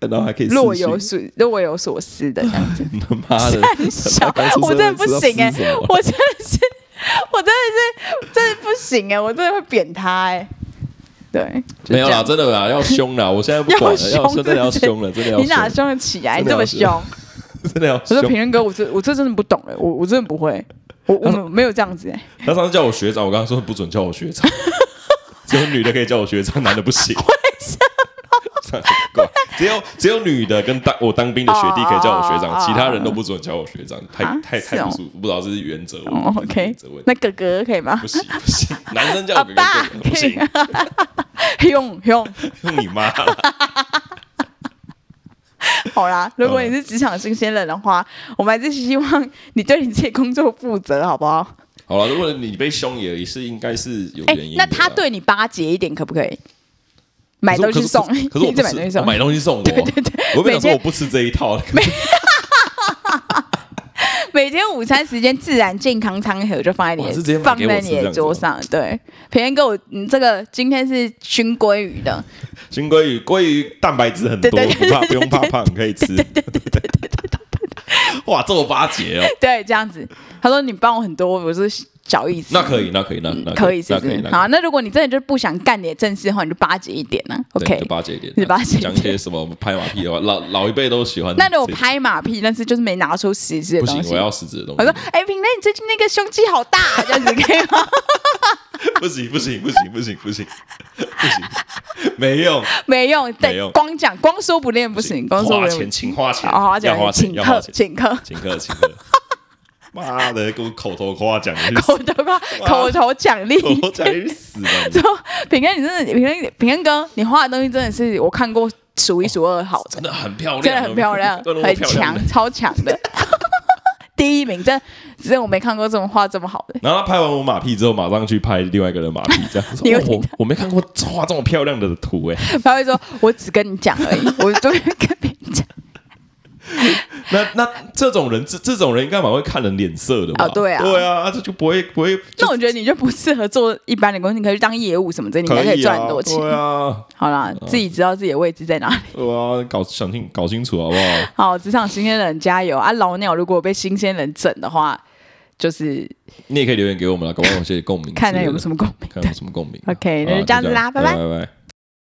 Speaker 1: 然后还可以
Speaker 2: 若
Speaker 1: 四
Speaker 2: 有
Speaker 1: 驱
Speaker 2: 所若有所思的这样子。
Speaker 1: 他妈的，
Speaker 2: 很小
Speaker 1: 他刚出，生
Speaker 2: 我真的不行哎、
Speaker 1: 知道吃什么啊
Speaker 2: 我真的是， 我真的是，真的不行哎、我真的会扁他哎、对，就
Speaker 1: 没有
Speaker 2: 这
Speaker 1: 啦，
Speaker 2: 样
Speaker 1: 真的啦，要凶啦！我现在不管了，要
Speaker 2: 要凶
Speaker 1: 凶真的要
Speaker 2: 是不是
Speaker 1: 凶了，真的
Speaker 2: 你哪
Speaker 1: 要凶，
Speaker 2: 凶得起来？你
Speaker 1: 真的
Speaker 2: 这么
Speaker 1: 要
Speaker 2: 凶？
Speaker 1: 真的要
Speaker 2: 我说评
Speaker 1: 凶。
Speaker 2: 论哥，我这我这真的不懂哎、我我真的不会，我我们没有这样子哎、
Speaker 1: 他上次叫我学长，我刚刚说不准叫我学长，只有女的可以叫我学长，男的不行。为什么？只有只有女的跟当我当兵的学弟可以叫我学
Speaker 2: 哦哦
Speaker 1: 长，
Speaker 2: 哦
Speaker 1: 其他人都不准叫我学长，太
Speaker 2: 啊
Speaker 1: 太
Speaker 2: 是
Speaker 1: 太
Speaker 2: 哦
Speaker 1: 不舒服，不知道这是原则问
Speaker 2: 哦
Speaker 1: 题这是
Speaker 2: ，OK，
Speaker 1: 原则问题
Speaker 2: 那哥哥可以吗
Speaker 1: 不？行不行，男生叫
Speaker 2: 阿
Speaker 1: 我哥哥
Speaker 2: 爸啊
Speaker 1: 不行，
Speaker 2: 用用，
Speaker 1: 用你妈啦。
Speaker 2: 好啦，
Speaker 1: 嗯
Speaker 2: 如果你是职场新鲜人的话，我们还是希望你对你自己工作负责，好不好？
Speaker 1: 好了，如果你被凶也是应该是有
Speaker 2: 哎、
Speaker 1: 原因的啦。
Speaker 2: 那他对你巴结一点，可不可以？买
Speaker 1: 可
Speaker 2: 东
Speaker 1: 是
Speaker 2: 西送，
Speaker 1: 可是可是我
Speaker 2: 一
Speaker 1: 不
Speaker 2: 直
Speaker 1: 吃
Speaker 2: 买东西
Speaker 1: 我
Speaker 2: 送，
Speaker 1: 买东西送我。对对对，我跟你讲说
Speaker 2: 每天
Speaker 1: 我不吃这一套，
Speaker 2: 每天午餐时间自然健康餐盒就放在你
Speaker 1: 哇是直接
Speaker 2: 的
Speaker 1: 买
Speaker 2: 放
Speaker 1: 给我
Speaker 2: 在你
Speaker 1: 吃这
Speaker 2: 的
Speaker 1: 样子
Speaker 2: 桌
Speaker 1: 哦
Speaker 2: 上。对，平安哥，我你这个今天是熏鲑鱼的，
Speaker 1: 金鲑鱼，鲑鱼蛋白质很多，
Speaker 2: 对对
Speaker 1: 不怕不用怕胖，可以吃。哇，这么巴结哦，
Speaker 2: 对，这样子。他说你帮我很多，我是小意思。
Speaker 1: 那可以，那可以，那那
Speaker 2: 可以是
Speaker 1: 那
Speaker 2: 不
Speaker 1: 可以，
Speaker 2: 是
Speaker 1: 那？可以
Speaker 2: 好，那如果你真的就不想干你的正事的话，你就巴结一点呢、啊。
Speaker 1: 对
Speaker 2: OK，
Speaker 1: 就巴结一点，
Speaker 2: 就巴结一点
Speaker 1: 讲一些什么拍马屁的话，老老一辈都喜欢这。
Speaker 2: 那如果拍马屁，但是就是没拿出实质
Speaker 1: 不
Speaker 2: 的
Speaker 1: 行
Speaker 2: 东，西。
Speaker 1: 我要实质的东
Speaker 2: 我
Speaker 1: 西
Speaker 2: 说，，哎，平哥，你最近那个胸肌好大、啊，这样子可以吗？
Speaker 1: 不行，不行，不行，不行，不行，不行，没用，
Speaker 2: 没用，
Speaker 1: 没
Speaker 2: 对，
Speaker 1: 用
Speaker 2: 光讲光说不练不行，光说
Speaker 1: 花
Speaker 2: 不练
Speaker 1: 钱，
Speaker 2: 不行。
Speaker 1: 请花钱，
Speaker 2: 哦，花
Speaker 1: 要花
Speaker 2: 钱，请
Speaker 1: 要花
Speaker 2: 客，
Speaker 1: 钱，
Speaker 2: 请客。
Speaker 1: 请客，请客。妈的，跟我口头夸奖，你去
Speaker 2: 口头夸口头奖励。
Speaker 1: 口头奖，你去死吧你！
Speaker 2: 说平安，你真的平安平安哥，你画的东西真的是我看过数一数二好的，
Speaker 1: 真的很漂亮，
Speaker 2: 真的很漂亮，
Speaker 1: 真的
Speaker 2: 很
Speaker 1: 漂亮
Speaker 2: 强， 超强的， 第一名，真只是我没看过这么画这么好的。
Speaker 1: 然后他拍完我马屁之后，马上去拍另外一个人马屁，这样
Speaker 2: 你有
Speaker 1: 说哦
Speaker 2: 听
Speaker 1: 我我没看过画这么漂亮的图 哎、
Speaker 2: 他会说，我只跟你讲 而已，我都没跟别人讲。
Speaker 1: 那那这种人，这这种人应该蛮会看人脸色的吧？
Speaker 2: 啊对啊
Speaker 1: 对啊，这就不会不会，
Speaker 2: 那我觉得你就不适合做一般的工作，你可以去当业务什么之类，你应该
Speaker 1: 可
Speaker 2: 可以
Speaker 1: 以
Speaker 2: 赚
Speaker 1: 啊
Speaker 2: 很多，钱。
Speaker 1: 对啊，
Speaker 2: 好啦，自己知道自己的位置在哪里。
Speaker 1: 对啊，搞想清搞清楚好不 好？
Speaker 2: 好，职场新鲜人加油啊！老鸟如果被新鲜人整的话，就是
Speaker 1: 你也可以留言给我们啦，搞不好有些共鸣之类的，
Speaker 2: 看看有没有什么共鸣。
Speaker 1: 看有没有什么共鸣。啊
Speaker 2: OK，那就
Speaker 1: 好
Speaker 2: 这样子啦
Speaker 1: 就这
Speaker 2: 拜
Speaker 1: 样
Speaker 2: 拜
Speaker 1: 拜拜。